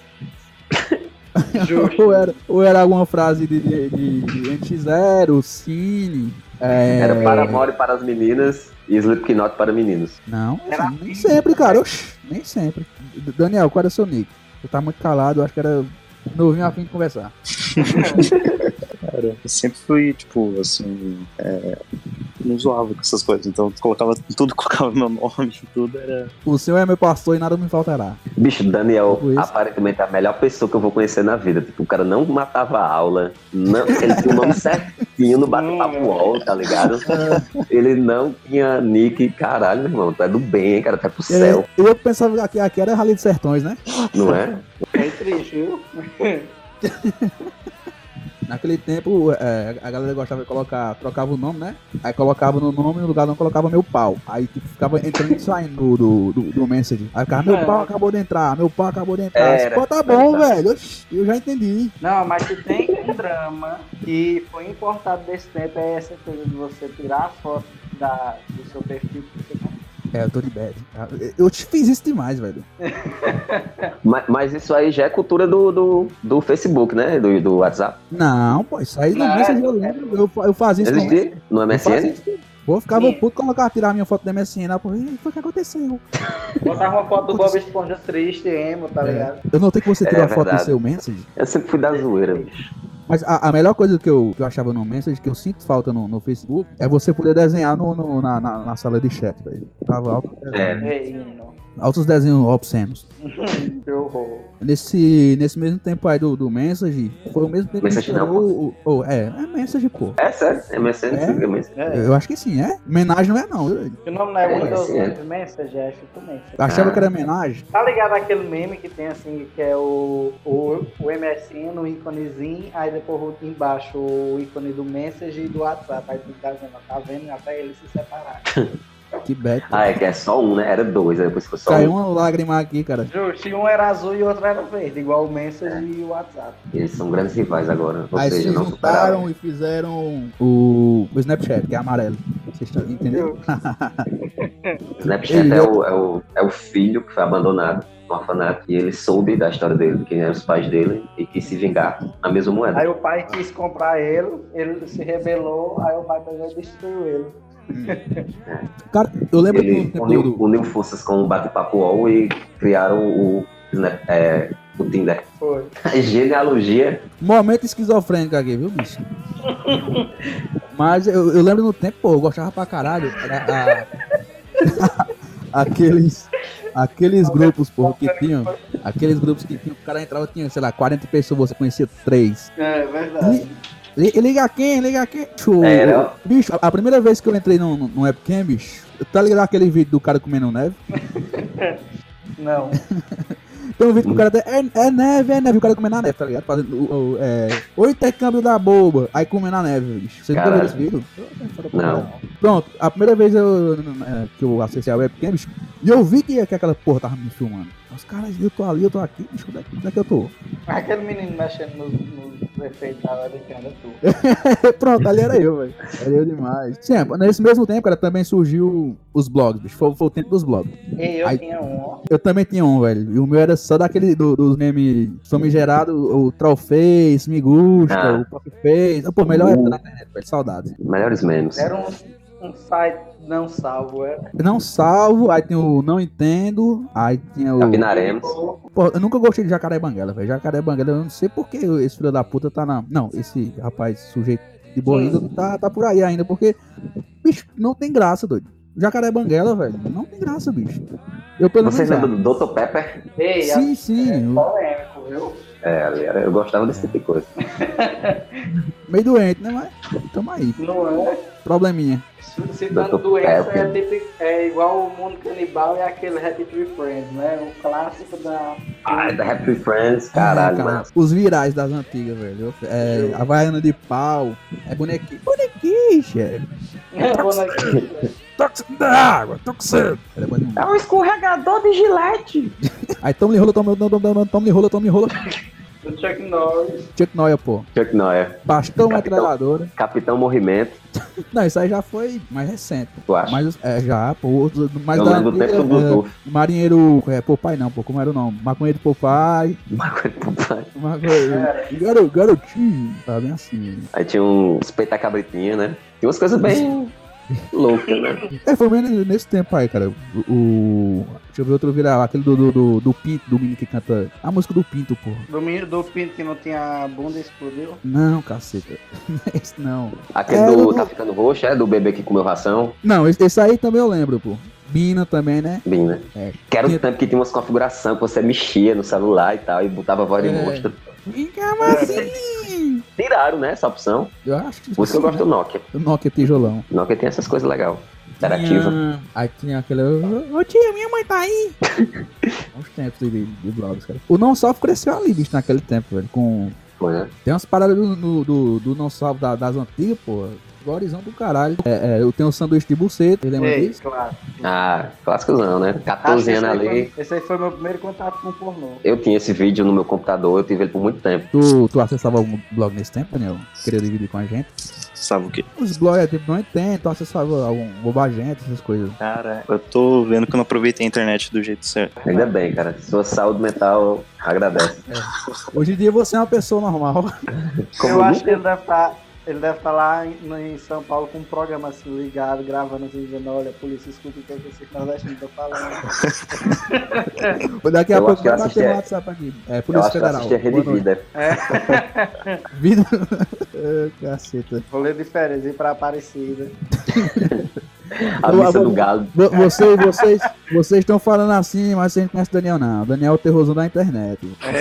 [SPEAKER 2] ou era, ou era alguma frase de, de, de, de NX0, Cine. é,
[SPEAKER 3] Era para amor e para as meninas e Slipknot para meninos.
[SPEAKER 2] Não,
[SPEAKER 5] Era
[SPEAKER 2] assim, nem
[SPEAKER 5] assim.
[SPEAKER 2] sempre, cara. Oxi, nem sempre. D- Daniel, qual era o seu nick? Você tá muito calado, eu acho que era novinho a fim de conversar.
[SPEAKER 4] Cara, eu sempre fui, tipo, assim. é, não zoava com essas coisas. Então, eu colocava tudo, colocava meu nome, tudo era.
[SPEAKER 2] O seu é meu pastor e nada me faltará.
[SPEAKER 3] Bicho, Daniel,
[SPEAKER 2] Tipo isso.
[SPEAKER 3] aparentemente é a melhor pessoa que eu vou conhecer na vida. Tipo, o cara não matava a aula, não, ele tinha o nome certinho no bate-papo
[SPEAKER 5] Hum.
[SPEAKER 3] UOL, tá ligado? ele não tinha nick, caralho, meu irmão. Tu é do bem, hein, cara, tu é pro céu,
[SPEAKER 2] Eu, eu pensava que aqui era Rally dos Sertões, né?
[SPEAKER 3] não é?
[SPEAKER 5] é triste, viu?
[SPEAKER 2] Naquele tempo, é, a galera gostava de colocar, trocava o nome, né? Aí colocava no nome e no lugar não colocava meu pau. Aí tipo, ficava entrando e saindo do, do, do, do message. Aí ficava, meu
[SPEAKER 5] É.
[SPEAKER 2] pau acabou de entrar, meu pau acabou de entrar.
[SPEAKER 3] Era,
[SPEAKER 2] Esse pau tá bom,
[SPEAKER 3] era.
[SPEAKER 2] velho. Oxi, Eu já entendi.
[SPEAKER 5] Não, mas se tem um drama que foi importado desse tempo é essa coisa de você tirar a foto da, do seu perfil que você não
[SPEAKER 2] É, eu tô de bad. Eu te fiz isso demais, velho.
[SPEAKER 3] Mas, mas isso aí já é cultura do, do, do Facebook, né? Do, do WhatsApp.
[SPEAKER 2] Não, pô, isso aí no
[SPEAKER 5] Não,
[SPEAKER 2] Messenger
[SPEAKER 5] é-
[SPEAKER 2] eu lembro. Eu, fa- eu fazia isso no
[SPEAKER 3] Existia no
[SPEAKER 2] Eu fazia
[SPEAKER 3] MSN?
[SPEAKER 2] isso. Pô, eu ficava
[SPEAKER 5] Sim.
[SPEAKER 2] puto, colocava, tirar minha foto da MSN. Lá, pô, "Ih, foi o que aconteceu?
[SPEAKER 5] Botava uma foto do Bob Esponja triste, emo, tá ligado?
[SPEAKER 2] Eu notei que você
[SPEAKER 3] É,
[SPEAKER 2] tirou a
[SPEAKER 3] é
[SPEAKER 2] foto do
[SPEAKER 3] verdade.
[SPEAKER 2] seu Messenger.
[SPEAKER 3] Eu sempre fui da zoeira. bicho.
[SPEAKER 2] Mas a, a melhor coisa que eu, que eu achava no Messenger, que eu sinto falta no, no Facebook, é você poder desenhar no, no- na, na- na sala de chat, velho. Tava alto-
[SPEAKER 3] É.
[SPEAKER 5] Reino.
[SPEAKER 2] altos desenhos obscenos.
[SPEAKER 5] Que horror.
[SPEAKER 2] Nesse, nesse mesmo tempo aí do, do Messenger, foi o mesmo tempo que
[SPEAKER 3] Messenger não,
[SPEAKER 2] chegou o, o- É, é Messenger, pô.
[SPEAKER 3] É sério, MSN
[SPEAKER 2] É?
[SPEAKER 3] sempre MSN.
[SPEAKER 5] É.
[SPEAKER 2] Eu acho que sim, é? Homenagem não é não. Eu
[SPEAKER 5] O nome não é
[SPEAKER 3] É,
[SPEAKER 5] Windows
[SPEAKER 3] sim, é.
[SPEAKER 5] Messenger, é Chico Messenger.
[SPEAKER 2] achava
[SPEAKER 3] Ah.
[SPEAKER 2] que era homenagem.
[SPEAKER 5] Tá ligado aquele meme que tem assim, que é o, o, o MSN, o íconezinho, aí depois o- embaixo o ícone do Messenger e do WhatsApp. Aí tu tá vendo, tá vendo até eles se separarem.
[SPEAKER 2] Que bad.
[SPEAKER 3] Ah, é que é só um, né? Era dois, aí depois ficou só
[SPEAKER 2] Caiu
[SPEAKER 3] um.
[SPEAKER 2] uma lágrima aqui, cara.
[SPEAKER 5] Justo, e um era azul e o outro era verde, igual o Messenger e o WhatsApp.
[SPEAKER 3] Eles são grandes rivais agora. Ou
[SPEAKER 2] Aí se
[SPEAKER 3] seja, não superaram.
[SPEAKER 2] juntaram e fizeram o, o Snapchat, que é amarelo. Vocês estão entendendo?
[SPEAKER 3] Snapchat
[SPEAKER 2] Ele
[SPEAKER 3] é
[SPEAKER 2] já-
[SPEAKER 3] o, é, o, é o filho que foi abandonado no orfanato. E ele soube da história dele, de quem eram os pais dele, e quis se vingar na mesma moeda.
[SPEAKER 5] Aí o pai quis comprar ele, ele se rebelou, aí o pai pegou e destruiu ele.
[SPEAKER 2] Cara, eu lembro que
[SPEAKER 3] Ele
[SPEAKER 2] no tempo
[SPEAKER 3] uniu,
[SPEAKER 2] do.
[SPEAKER 3] uniu forças com o bate-papo UOL e criaram o, Snap- é, o Tinder.
[SPEAKER 5] Foi.
[SPEAKER 3] Genealogia.
[SPEAKER 2] Momento esquizofrênico aqui, viu, bicho? Mas eu, eu lembro no tempo, pô, eu gostava pra caralho. era a- aqueles. Aqueles grupos, pô, que tinham. Aqueles grupos que tinham. O cara entrava, tinha, sei lá, 40 pessoas, você conhecia 3.
[SPEAKER 5] É verdade.
[SPEAKER 2] Liga quem, liga quem. Tchô.
[SPEAKER 3] Era.
[SPEAKER 2] Bicho, a- a primeira vez que eu entrei no, no, no webcam, bicho, tá ligado aquele vídeo do cara comendo neve?
[SPEAKER 5] Não.
[SPEAKER 2] Tem um vídeo que o cara tá, é, é neve, é neve, o cara comendo na neve, tá ligado? Fazendo o, o, é, o intercâmbio da boba, aí comendo na neve, bicho. Você nunca viu
[SPEAKER 3] Caralho.
[SPEAKER 2] esse vídeo? É foda pra
[SPEAKER 3] Não.
[SPEAKER 2] caralho. Pronto, a primeira vez eu, é, que eu acessei a webcam, bicho, e eu vi que, que aquela porra tava me filmando. Os caras, eu tô ali, eu tô aqui, bicho, onde é, que- onde é que eu tô?
[SPEAKER 5] Aquele menino mexendo nos, nos efeitos da webcam era tu.
[SPEAKER 2] É, Pronto, ali era eu, velho. Era eu demais. Sim, é, nesse mesmo tempo, cara, também surgiu os blogs, bicho. Foi, foi o tempo dos blogs.
[SPEAKER 5] E eu
[SPEAKER 2] Aí-
[SPEAKER 5] tinha um, ó.
[SPEAKER 2] Eu também tinha um, velho. E o meu era só daquele do, dos memes famigerado, o Trollface, Me Gusta,
[SPEAKER 3] Ah.
[SPEAKER 2] o Popface. Pô, melhor
[SPEAKER 3] Uh.
[SPEAKER 2] época da internet, velho. Saudades.
[SPEAKER 3] Melhores memes.
[SPEAKER 5] Era uns um site não salvo, é.
[SPEAKER 2] Não salvo, aí tem o não entendo, aí tinha o.
[SPEAKER 3] Capinaremos.
[SPEAKER 2] Pô, eu nunca gostei de Jacaré Banguela, velho. Jacaré Banguela, eu não sei por que esse filho da puta tá na. Não, esse rapaz sujeito de boa índole tá, tá por aí ainda, porque. Bicho, não tem graça, doido. Jacaré Banguela, velho, não tem graça, bicho. Eu pelo
[SPEAKER 3] Vocês
[SPEAKER 2] menos. é.
[SPEAKER 3] lembram do É. Dr. Pepper?
[SPEAKER 5] Ei, a- é
[SPEAKER 2] Sim, sim. o-
[SPEAKER 5] polêmico, viu?
[SPEAKER 3] É, ali era- eu gostava desse tipo de coisa.
[SPEAKER 2] Meio doente, né? Mas tamo aí.
[SPEAKER 5] Não é?
[SPEAKER 2] Probleminha.
[SPEAKER 5] Se se
[SPEAKER 3] Doutor
[SPEAKER 5] dando doença é,
[SPEAKER 3] Pepper.
[SPEAKER 5] tipo, é igual o mundo canibal e aquele Happy Tree Friends, né? O clássico da.
[SPEAKER 3] Ai, The Happy Friends, caralho,
[SPEAKER 2] É, cara,
[SPEAKER 3] massa.
[SPEAKER 2] Os virais das antigas, velho. É, Havaiana de pau. É bonequinho. Bonequinho, chefe. Toxina da água, toxina. Era bom demais.
[SPEAKER 7] É um escorregador de gilete.
[SPEAKER 2] Aí tome rola, tome rola, tome rola, tome rola, tome rola.
[SPEAKER 5] do Chuck Norris.
[SPEAKER 2] Chuck Noia, pô.
[SPEAKER 3] Chuck Norris,
[SPEAKER 2] Bastão metralhadora.
[SPEAKER 3] Capitão Morrimento,
[SPEAKER 2] Não, isso aí já foi mais recente.
[SPEAKER 3] tu acha?
[SPEAKER 2] Mas é, já, pô. outros- Mas
[SPEAKER 3] eu
[SPEAKER 2] da
[SPEAKER 3] lembro do tempo do
[SPEAKER 2] antiga,
[SPEAKER 3] Bluetooth.
[SPEAKER 2] é, Marinheiro. É, Popai não, pô. Como era o nome? Maconheiro Popai. Maconheiro. Garo, é, garotinho. Tá bem assim.
[SPEAKER 3] Aí tinha uns peita cabritinha, né? Tinha umas coisas bem loucas, né?
[SPEAKER 2] É, foi meio nesse tempo aí, cara. O. o- Deixa eu ver outro virar lá, aquele do, do, do, do Pinto, do menino que canta. A música do Pinto, pô.
[SPEAKER 5] Do menino do Pinto que não tinha a bunda explodiu.
[SPEAKER 2] Não, caceta. Esse não.
[SPEAKER 3] Aquele
[SPEAKER 2] É, eu
[SPEAKER 3] do
[SPEAKER 2] não-
[SPEAKER 3] Tá Ficando Roxo, é? Do bebê que comeu ração.
[SPEAKER 2] Não, esse, esse aí também eu lembro, pô. Bina também, né?
[SPEAKER 3] Bem, né?
[SPEAKER 2] É.
[SPEAKER 3] Que era o
[SPEAKER 2] Tinha-
[SPEAKER 3] tempo que tinha umas configurações que você mexia no celular e tal, e botava voz de
[SPEAKER 2] É.
[SPEAKER 3] monstro.
[SPEAKER 2] Vem cá, Marcinho!
[SPEAKER 3] Tiraram, né, essa opção.
[SPEAKER 2] assim! Eu acho que.
[SPEAKER 3] Por isso que eu gosto do Nokia.
[SPEAKER 2] O Nokia tijolão.
[SPEAKER 3] O Nokia tem essas coisas legais. Interativa.
[SPEAKER 2] Tinha- Aí tinha aquele. Ô ô, tia, minha mãe tá aí! Uns tempos de, de blogs, cara. O Não Salvo cresceu ali, bicho, naquele tempo, velho. Com
[SPEAKER 3] Foi, né?
[SPEAKER 2] Tem umas paradas do, do, do, do não salvo da- das antigas, pô. Glorizão do caralho. É, é, eu tenho um sanduíche de buceta, lembra
[SPEAKER 5] Ei,
[SPEAKER 2] disso?
[SPEAKER 5] claro.
[SPEAKER 3] Ah, clássicozão, né?
[SPEAKER 5] Acho
[SPEAKER 3] 14
[SPEAKER 5] que esse
[SPEAKER 3] anos
[SPEAKER 5] aí
[SPEAKER 3] ali.
[SPEAKER 5] foi- Esse aí foi meu primeiro contato com pornô.
[SPEAKER 3] Eu tinha esse vídeo no meu computador, eu tive ele por muito tempo.
[SPEAKER 2] Tu, tu acessava algum blog nesse tempo, Daniel? Queria dividir com a gente?
[SPEAKER 4] Sabe o quê?
[SPEAKER 2] Os blogs, tipo, não entendo. Tu acessava algum bobagento, essas coisas.
[SPEAKER 4] Cara, eu tô vendo que eu não aproveitei a internet do jeito certo.
[SPEAKER 3] Ainda bem, cara. Sua saúde mental agradece.
[SPEAKER 2] Hoje em dia você é uma pessoa normal.
[SPEAKER 3] Como
[SPEAKER 5] eu acho
[SPEAKER 3] nunca-
[SPEAKER 5] que ele deve estar. ele deve estar lá em, no- em São Paulo com um programa assim ligado, gravando assim, dizendo, olha, a polícia escuta o que é que esse nordestino tá falando.
[SPEAKER 2] Daqui a
[SPEAKER 3] Eu
[SPEAKER 2] pouco
[SPEAKER 3] acho que eu
[SPEAKER 2] vai bater
[SPEAKER 3] assistia-
[SPEAKER 2] um WhatsApp aqui. É,
[SPEAKER 3] eu
[SPEAKER 2] Polícia
[SPEAKER 3] acho que eu
[SPEAKER 2] Federal.
[SPEAKER 3] assistia Rede
[SPEAKER 2] Boa noite.
[SPEAKER 3] Vida.
[SPEAKER 2] Vida. Ah, Caceta.
[SPEAKER 5] Vou ler de férias e pra Aparecida.
[SPEAKER 3] A
[SPEAKER 2] Eu-
[SPEAKER 3] missa
[SPEAKER 2] eu-
[SPEAKER 3] do galo.
[SPEAKER 2] Vo- Vocês, vocês, vocês estão falando assim, mas vocês não conhecem o Daniel, não. O Daniel é o terrorzão da internet.
[SPEAKER 5] É,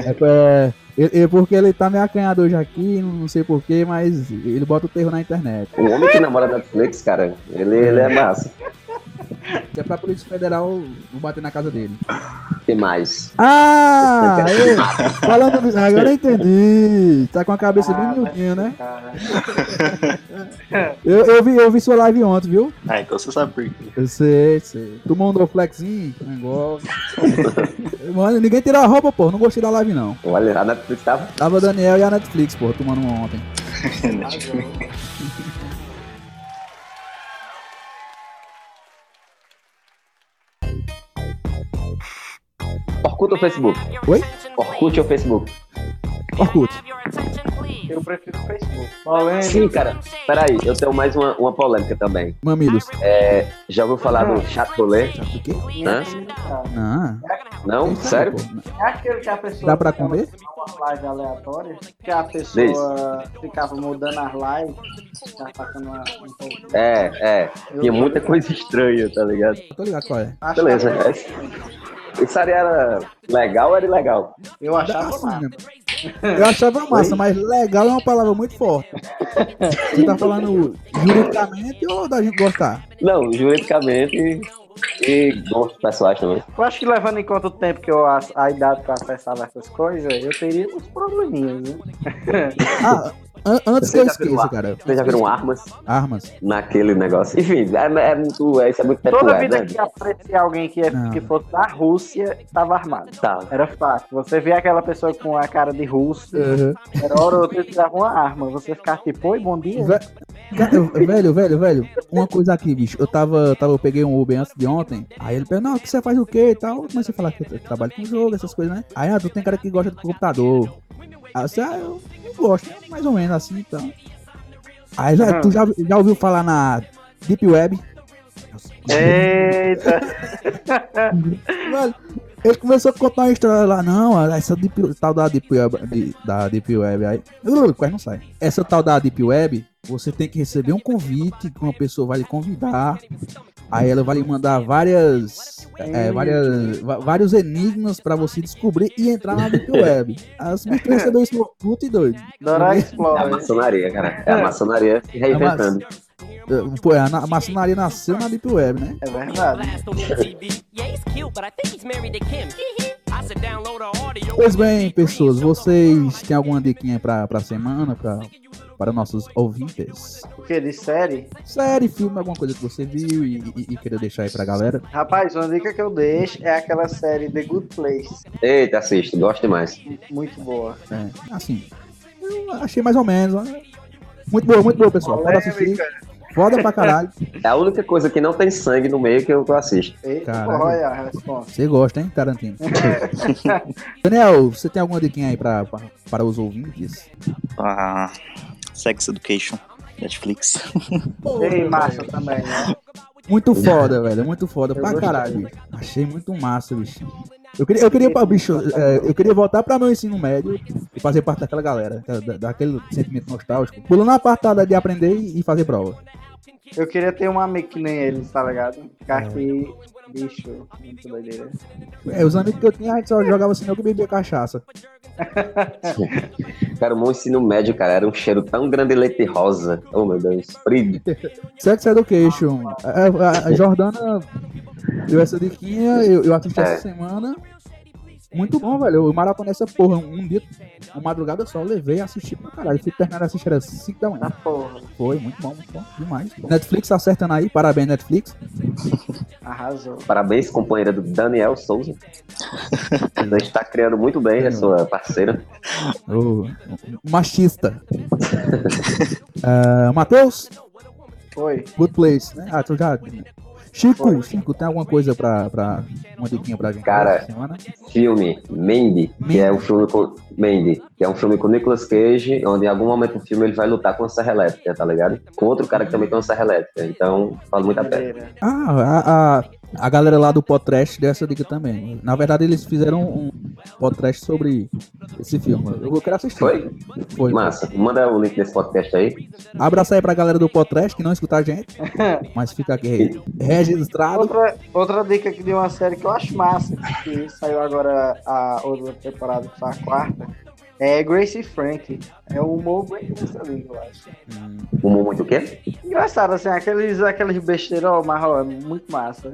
[SPEAKER 2] É, é, é, é porque ele tá me acanhado hoje aqui, não sei porquê, mas ele bota o terror na internet.
[SPEAKER 3] O homem que namora Netflix, cara, ele, ele é massa.
[SPEAKER 2] Se é pra Polícia Federal, vou bater na casa dele.
[SPEAKER 3] Tem mais.
[SPEAKER 2] Ah! é, falando, agora eu entendi. Tá com a cabeça bem
[SPEAKER 5] Ah,
[SPEAKER 2] miudinha, né?
[SPEAKER 5] cara.
[SPEAKER 2] Eu, eu vi, eu vi sua live ontem, viu?
[SPEAKER 4] Ah, então você sabe por quê.
[SPEAKER 2] Eu sei, sei. Tu mandou flexinho? um Negócio. Mano, ninguém tirou a roupa, pô. Não gostei da live, não.
[SPEAKER 3] Olha, a Netflix tava
[SPEAKER 2] Tava o Daniel e a Netflix, pô, tomando uma ontem.
[SPEAKER 4] né? Ah, Tipo,
[SPEAKER 3] Orkut ou Facebook?
[SPEAKER 2] Oi?
[SPEAKER 3] Orkut ou Facebook?
[SPEAKER 2] Orkut.
[SPEAKER 5] Eu prefiro o Facebook. Polêmico.
[SPEAKER 3] Sim, cara. Peraí, eu tenho mais uma, uma polêmica também.
[SPEAKER 2] Mamilos.
[SPEAKER 3] É, já ouviu falar do chat rolê?
[SPEAKER 2] O quê?
[SPEAKER 3] Hã?
[SPEAKER 5] né?
[SPEAKER 2] Não.
[SPEAKER 3] Não? Sério?
[SPEAKER 2] Pô.
[SPEAKER 5] É aquele que a pessoa.
[SPEAKER 2] Dá pra comer?
[SPEAKER 5] Uma live aleatória. Que a pessoa ficava mudando as lives. Ficava passando uma. um pouco.
[SPEAKER 3] É, é.
[SPEAKER 5] Eu-
[SPEAKER 3] Tinha muita coisa estranha, tá ligado?
[SPEAKER 2] Tô ligado qual é.
[SPEAKER 5] Achava-
[SPEAKER 3] Beleza. é. Isso aí era legal ou era ilegal?
[SPEAKER 5] Eu achava
[SPEAKER 2] Assim,
[SPEAKER 5] massa.
[SPEAKER 2] né? Eu achava massa, mas legal é uma palavra muito forte. Você tá falando juridicamente ou da gente gostar?
[SPEAKER 3] Não, juridicamente e- e gostos pessoais também.
[SPEAKER 5] Eu acho que levando em conta o tempo que eu a, a idade pra acessar essas coisas, eu teria uns probleminhas, né?
[SPEAKER 2] Ah, an- antes que eu
[SPEAKER 3] Você já viu
[SPEAKER 2] esqueça,
[SPEAKER 3] ar-
[SPEAKER 2] cara.
[SPEAKER 3] Vocês já viram armas
[SPEAKER 2] Armas.
[SPEAKER 3] naquele negócio? Enfim, é, é muito. É, isso é muito
[SPEAKER 5] Toda
[SPEAKER 3] peculiar,
[SPEAKER 5] vida
[SPEAKER 3] né?
[SPEAKER 5] que aparecia alguém que, é-
[SPEAKER 2] Não.
[SPEAKER 5] que fosse da Rússia, estava armado.
[SPEAKER 3] Tá.
[SPEAKER 5] Era fácil. Você via aquela pessoa com a cara de russo,
[SPEAKER 2] É.
[SPEAKER 5] era hora ou outra tirava uma arma. Você ficava tipo, oi, bom dia.
[SPEAKER 2] Ve- Cara, velho, velho, velho, uma coisa aqui, bicho. Eu tava, tava, eu peguei um Uber antes de ontem. Aí ele perguntou, não, que você faz o quê e tal? Eu comecei a falar que eu trabalho com jogo, essas coisas, né? Aí, ah, tu tem cara que gosta do computador. Aí eu disse, ah, eu eu gosto, mais ou menos assim, então. Aí, ele, ah, tu já, já ouviu falar na Deep Web.
[SPEAKER 5] É,
[SPEAKER 8] Eita!
[SPEAKER 2] Velho, ele começou a contar uma história lá, não, ó, essa Deep- tal da Deep Web, de- da Deep Web aí, uh, quase não sai. Essa tal da Deep Web, você tem que receber um convite que uma pessoa vai lhe convidar, aí ela vai lhe mandar várias, é, várias va- vários enigmas pra você descobrir e entrar na Deep Web. As pessoas recebeu isso, ficou puto e doido.
[SPEAKER 5] Dora
[SPEAKER 3] É a
[SPEAKER 5] Explorer.
[SPEAKER 3] maçonaria, cara. É a maçonaria se reinventando.
[SPEAKER 2] Eh, Pô, a, na- a maçonaria nasceu na Deep Web, né?
[SPEAKER 5] É verdade.
[SPEAKER 2] Pois bem, pessoas, vocês têm alguma diquinha pra, pra semana, pra, para nossos ouvintes?
[SPEAKER 5] O que? De série?
[SPEAKER 2] Série, filme, alguma coisa que você viu e, e, e queria deixar aí pra galera?
[SPEAKER 5] Rapaz, uma dica que eu deixo é aquela série The Good Place.
[SPEAKER 3] Eita, assisto, gosto demais.
[SPEAKER 5] Muito boa.
[SPEAKER 2] É, assim, eu achei mais ou menos. né? Muito boa, muito boa, pessoal. Pode assistir. Foda pra caralho.
[SPEAKER 3] É a única coisa que não tem sangue no meio que eu assisto.
[SPEAKER 5] Eita,
[SPEAKER 2] Caralho.
[SPEAKER 5] olha a resposta.
[SPEAKER 2] Você gosta, hein, Tarantino? Daniel, você tem alguma diquinha aí pra, pra- para os ouvintes?
[SPEAKER 4] Ah, Sex Education, Netflix.
[SPEAKER 5] Ei, massa também, né?
[SPEAKER 2] Muito foda, velho. Muito foda
[SPEAKER 5] Eu
[SPEAKER 2] pra
[SPEAKER 5] gostei.
[SPEAKER 2] caralho, bicho. Achei muito massa, bicho. Eu queria, eu queria pra, bicho, é, eu queria voltar pra meu ensino médio e fazer parte daquela galera, da- da- daquele sentimento nostálgico. Pulando a apartada de aprender e fazer prova.
[SPEAKER 5] Eu queria ter um amigo que nem ele, tá ligado? Cara que... Bicho, muito doideira.
[SPEAKER 2] É, os amigos que eu tinha, a gente só jogava sinuca e bebia cachaça.
[SPEAKER 3] Cara, o meu ensino médio, cara, era um cheiro tão grande de leite rosa. Oh, meu Deus, frio.
[SPEAKER 2] Sex Education. A, a- a é, Jordana deu essa diquinha, eu, eu assisti essa semana. Muito bom, velho. Eu maratonei essa porra um dia, uma madrugada só, eu levei e assisti pra caralho. Fui terminar de assistir, era 5 da manhã.
[SPEAKER 5] Porra,
[SPEAKER 2] Foi, muito bom, muito bom. Demais. Netflix acertando aí, parabéns, Netflix.
[SPEAKER 5] arrasou.
[SPEAKER 3] Parabéns, companheira do Daniel Souza. Você está criando muito bem a sua parceira.
[SPEAKER 2] O, o um machista. Ah, Matheus,
[SPEAKER 5] Foi.
[SPEAKER 2] Good Place, né? Ah, tu já. Chico, Chico, tem alguma coisa pra. pra uma diquinha pra gente
[SPEAKER 3] Cara,
[SPEAKER 2] essa semana?
[SPEAKER 3] Filme Mandy, que é um filme com Mandy, que é um filme com Nicolas Cage, onde em algum momento do filme ele vai lutar com a serra elétrica, tá ligado? Com outro cara que também tem uma serra elétrica. Então, vale muito a pena.
[SPEAKER 5] Doideira.
[SPEAKER 2] Ah, a, a, a galera lá do podcast deu essa dica também. Na verdade, eles fizeram um podcast sobre esse filme. Eu quero assistir.
[SPEAKER 3] Foi?
[SPEAKER 2] Foi.
[SPEAKER 3] Massa. Manda o link desse podcast aí.
[SPEAKER 2] Abraço aí pra galera do podcast que não escuta a gente, mas fica aqui registrado.
[SPEAKER 5] Outra, outra dica que de uma série que eu acho massa, que saiu agora a outra temporada, que foi a quarta, é Grace Frank. É um humor bem engraçadinho, eu acho.
[SPEAKER 3] Humor muito o quê?
[SPEAKER 5] Engraçado, assim, aqueles, aqueles besteirol marrom, é muito massa.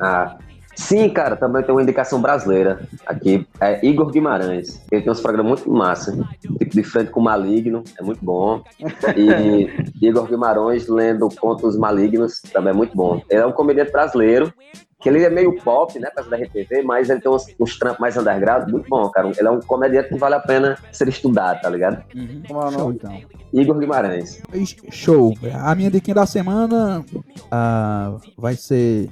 [SPEAKER 3] Ah. Sim, cara, também tem uma indicação brasileira. Aqui é Igor Guimarães. Ele tem uns programas muito massa. Tipo de frente com o Maligno, é muito bom. E Igor Guimarães lendo Contos Malignos, também é muito bom. Ele é um comediante brasileiro, que ele é meio pop, né, por causa da RTV, mas ele tem uns, uns trampos mais underground, muito bom, cara. Ele é um comediante que vale a pena ser estudado, tá ligado?
[SPEAKER 2] Uhum.
[SPEAKER 5] Como é o
[SPEAKER 2] Show,
[SPEAKER 5] nome?
[SPEAKER 2] então.
[SPEAKER 3] Igor Guimarães.
[SPEAKER 2] Ixi, Show. A minha diquinha da semana ah, vai ser.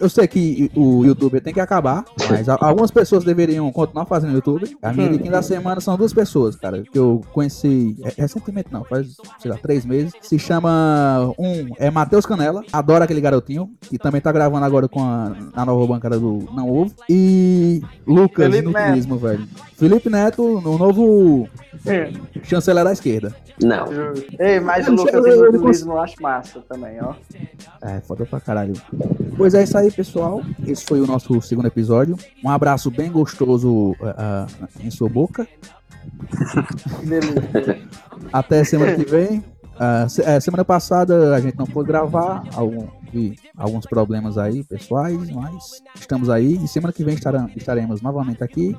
[SPEAKER 2] Eu sei que o YouTube tem que acabar, mas a- algumas pessoas deveriam continuar fazendo YouTube. A minha diquinha da semana são duas pessoas, cara, que eu conheci re- recentemente, não, faz, sei lá, três meses. Se chama. Um é Matheus Canela, adora aquele garotinho, que também tá gravando agora com a, a nova bancada do Não Ovo. E Lucas,
[SPEAKER 5] Felipe
[SPEAKER 2] Nutilismo, velho. Felipe Neto, no novo chanceler da esquerda.
[SPEAKER 3] Não.
[SPEAKER 5] Ei, mas o
[SPEAKER 2] Eu-
[SPEAKER 5] Lucas
[SPEAKER 2] eu-
[SPEAKER 5] e
[SPEAKER 2] eu-
[SPEAKER 5] o
[SPEAKER 2] eu-
[SPEAKER 5] Luiz eu acho massa também, ó.
[SPEAKER 2] É, foda pra caralho. Pois é isso aí, pessoal. Esse foi o nosso segundo episódio. Um abraço bem gostoso ah, ah, em sua boca.
[SPEAKER 5] Que delícia.
[SPEAKER 2] Até semana que vem. Ah, se- é, semana passada a gente não pôde gravar, algum, vi alguns problemas aí pessoais, mas estamos aí. E semana que vem estará- estaremos novamente aqui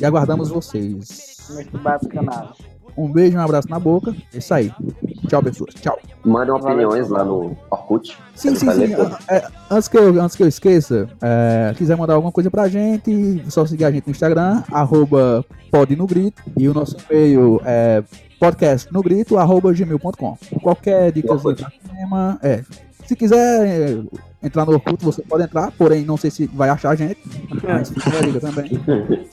[SPEAKER 2] e aguardamos vocês.
[SPEAKER 5] Muito bacana.
[SPEAKER 2] Um beijo, um abraço na boca. É isso aí. Tchau, pessoas. Tchau.
[SPEAKER 3] Mandam opiniões lá no Orkut.
[SPEAKER 2] Sim, sim,
[SPEAKER 3] Vai
[SPEAKER 2] sim.
[SPEAKER 3] ler tudo.
[SPEAKER 2] Ah, é, antes, que eu, antes que eu esqueça, é, quiser mandar alguma coisa pra gente, é só seguir a gente no Instagram, arroba pode no grito, e o nosso e-mail é podcastnogrito, arroba gmail.com. Qualquer dica
[SPEAKER 3] Orkut.
[SPEAKER 2] pra tema, é. Se quiser é, entrar no Orkut, você pode entrar, porém não sei se vai achar a gente, mas fica a dica também.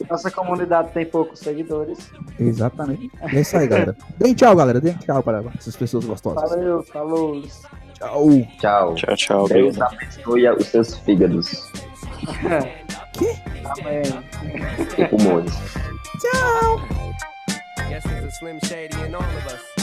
[SPEAKER 5] Nossa comunidade tem poucos seguidores.
[SPEAKER 2] Exatamente. E é isso aí, galera. Deem tchau, galera. Deem tchau para essas pessoas gostosas.
[SPEAKER 5] Valeu, falou.
[SPEAKER 2] Tchau.
[SPEAKER 3] Tchau.
[SPEAKER 4] Tchau, tchau.
[SPEAKER 3] Deus
[SPEAKER 4] obrigado.
[SPEAKER 3] abençoe os seus fígados
[SPEAKER 5] Amém.
[SPEAKER 3] e pulmões.
[SPEAKER 6] Yes, it's a Slim Shady in all of us.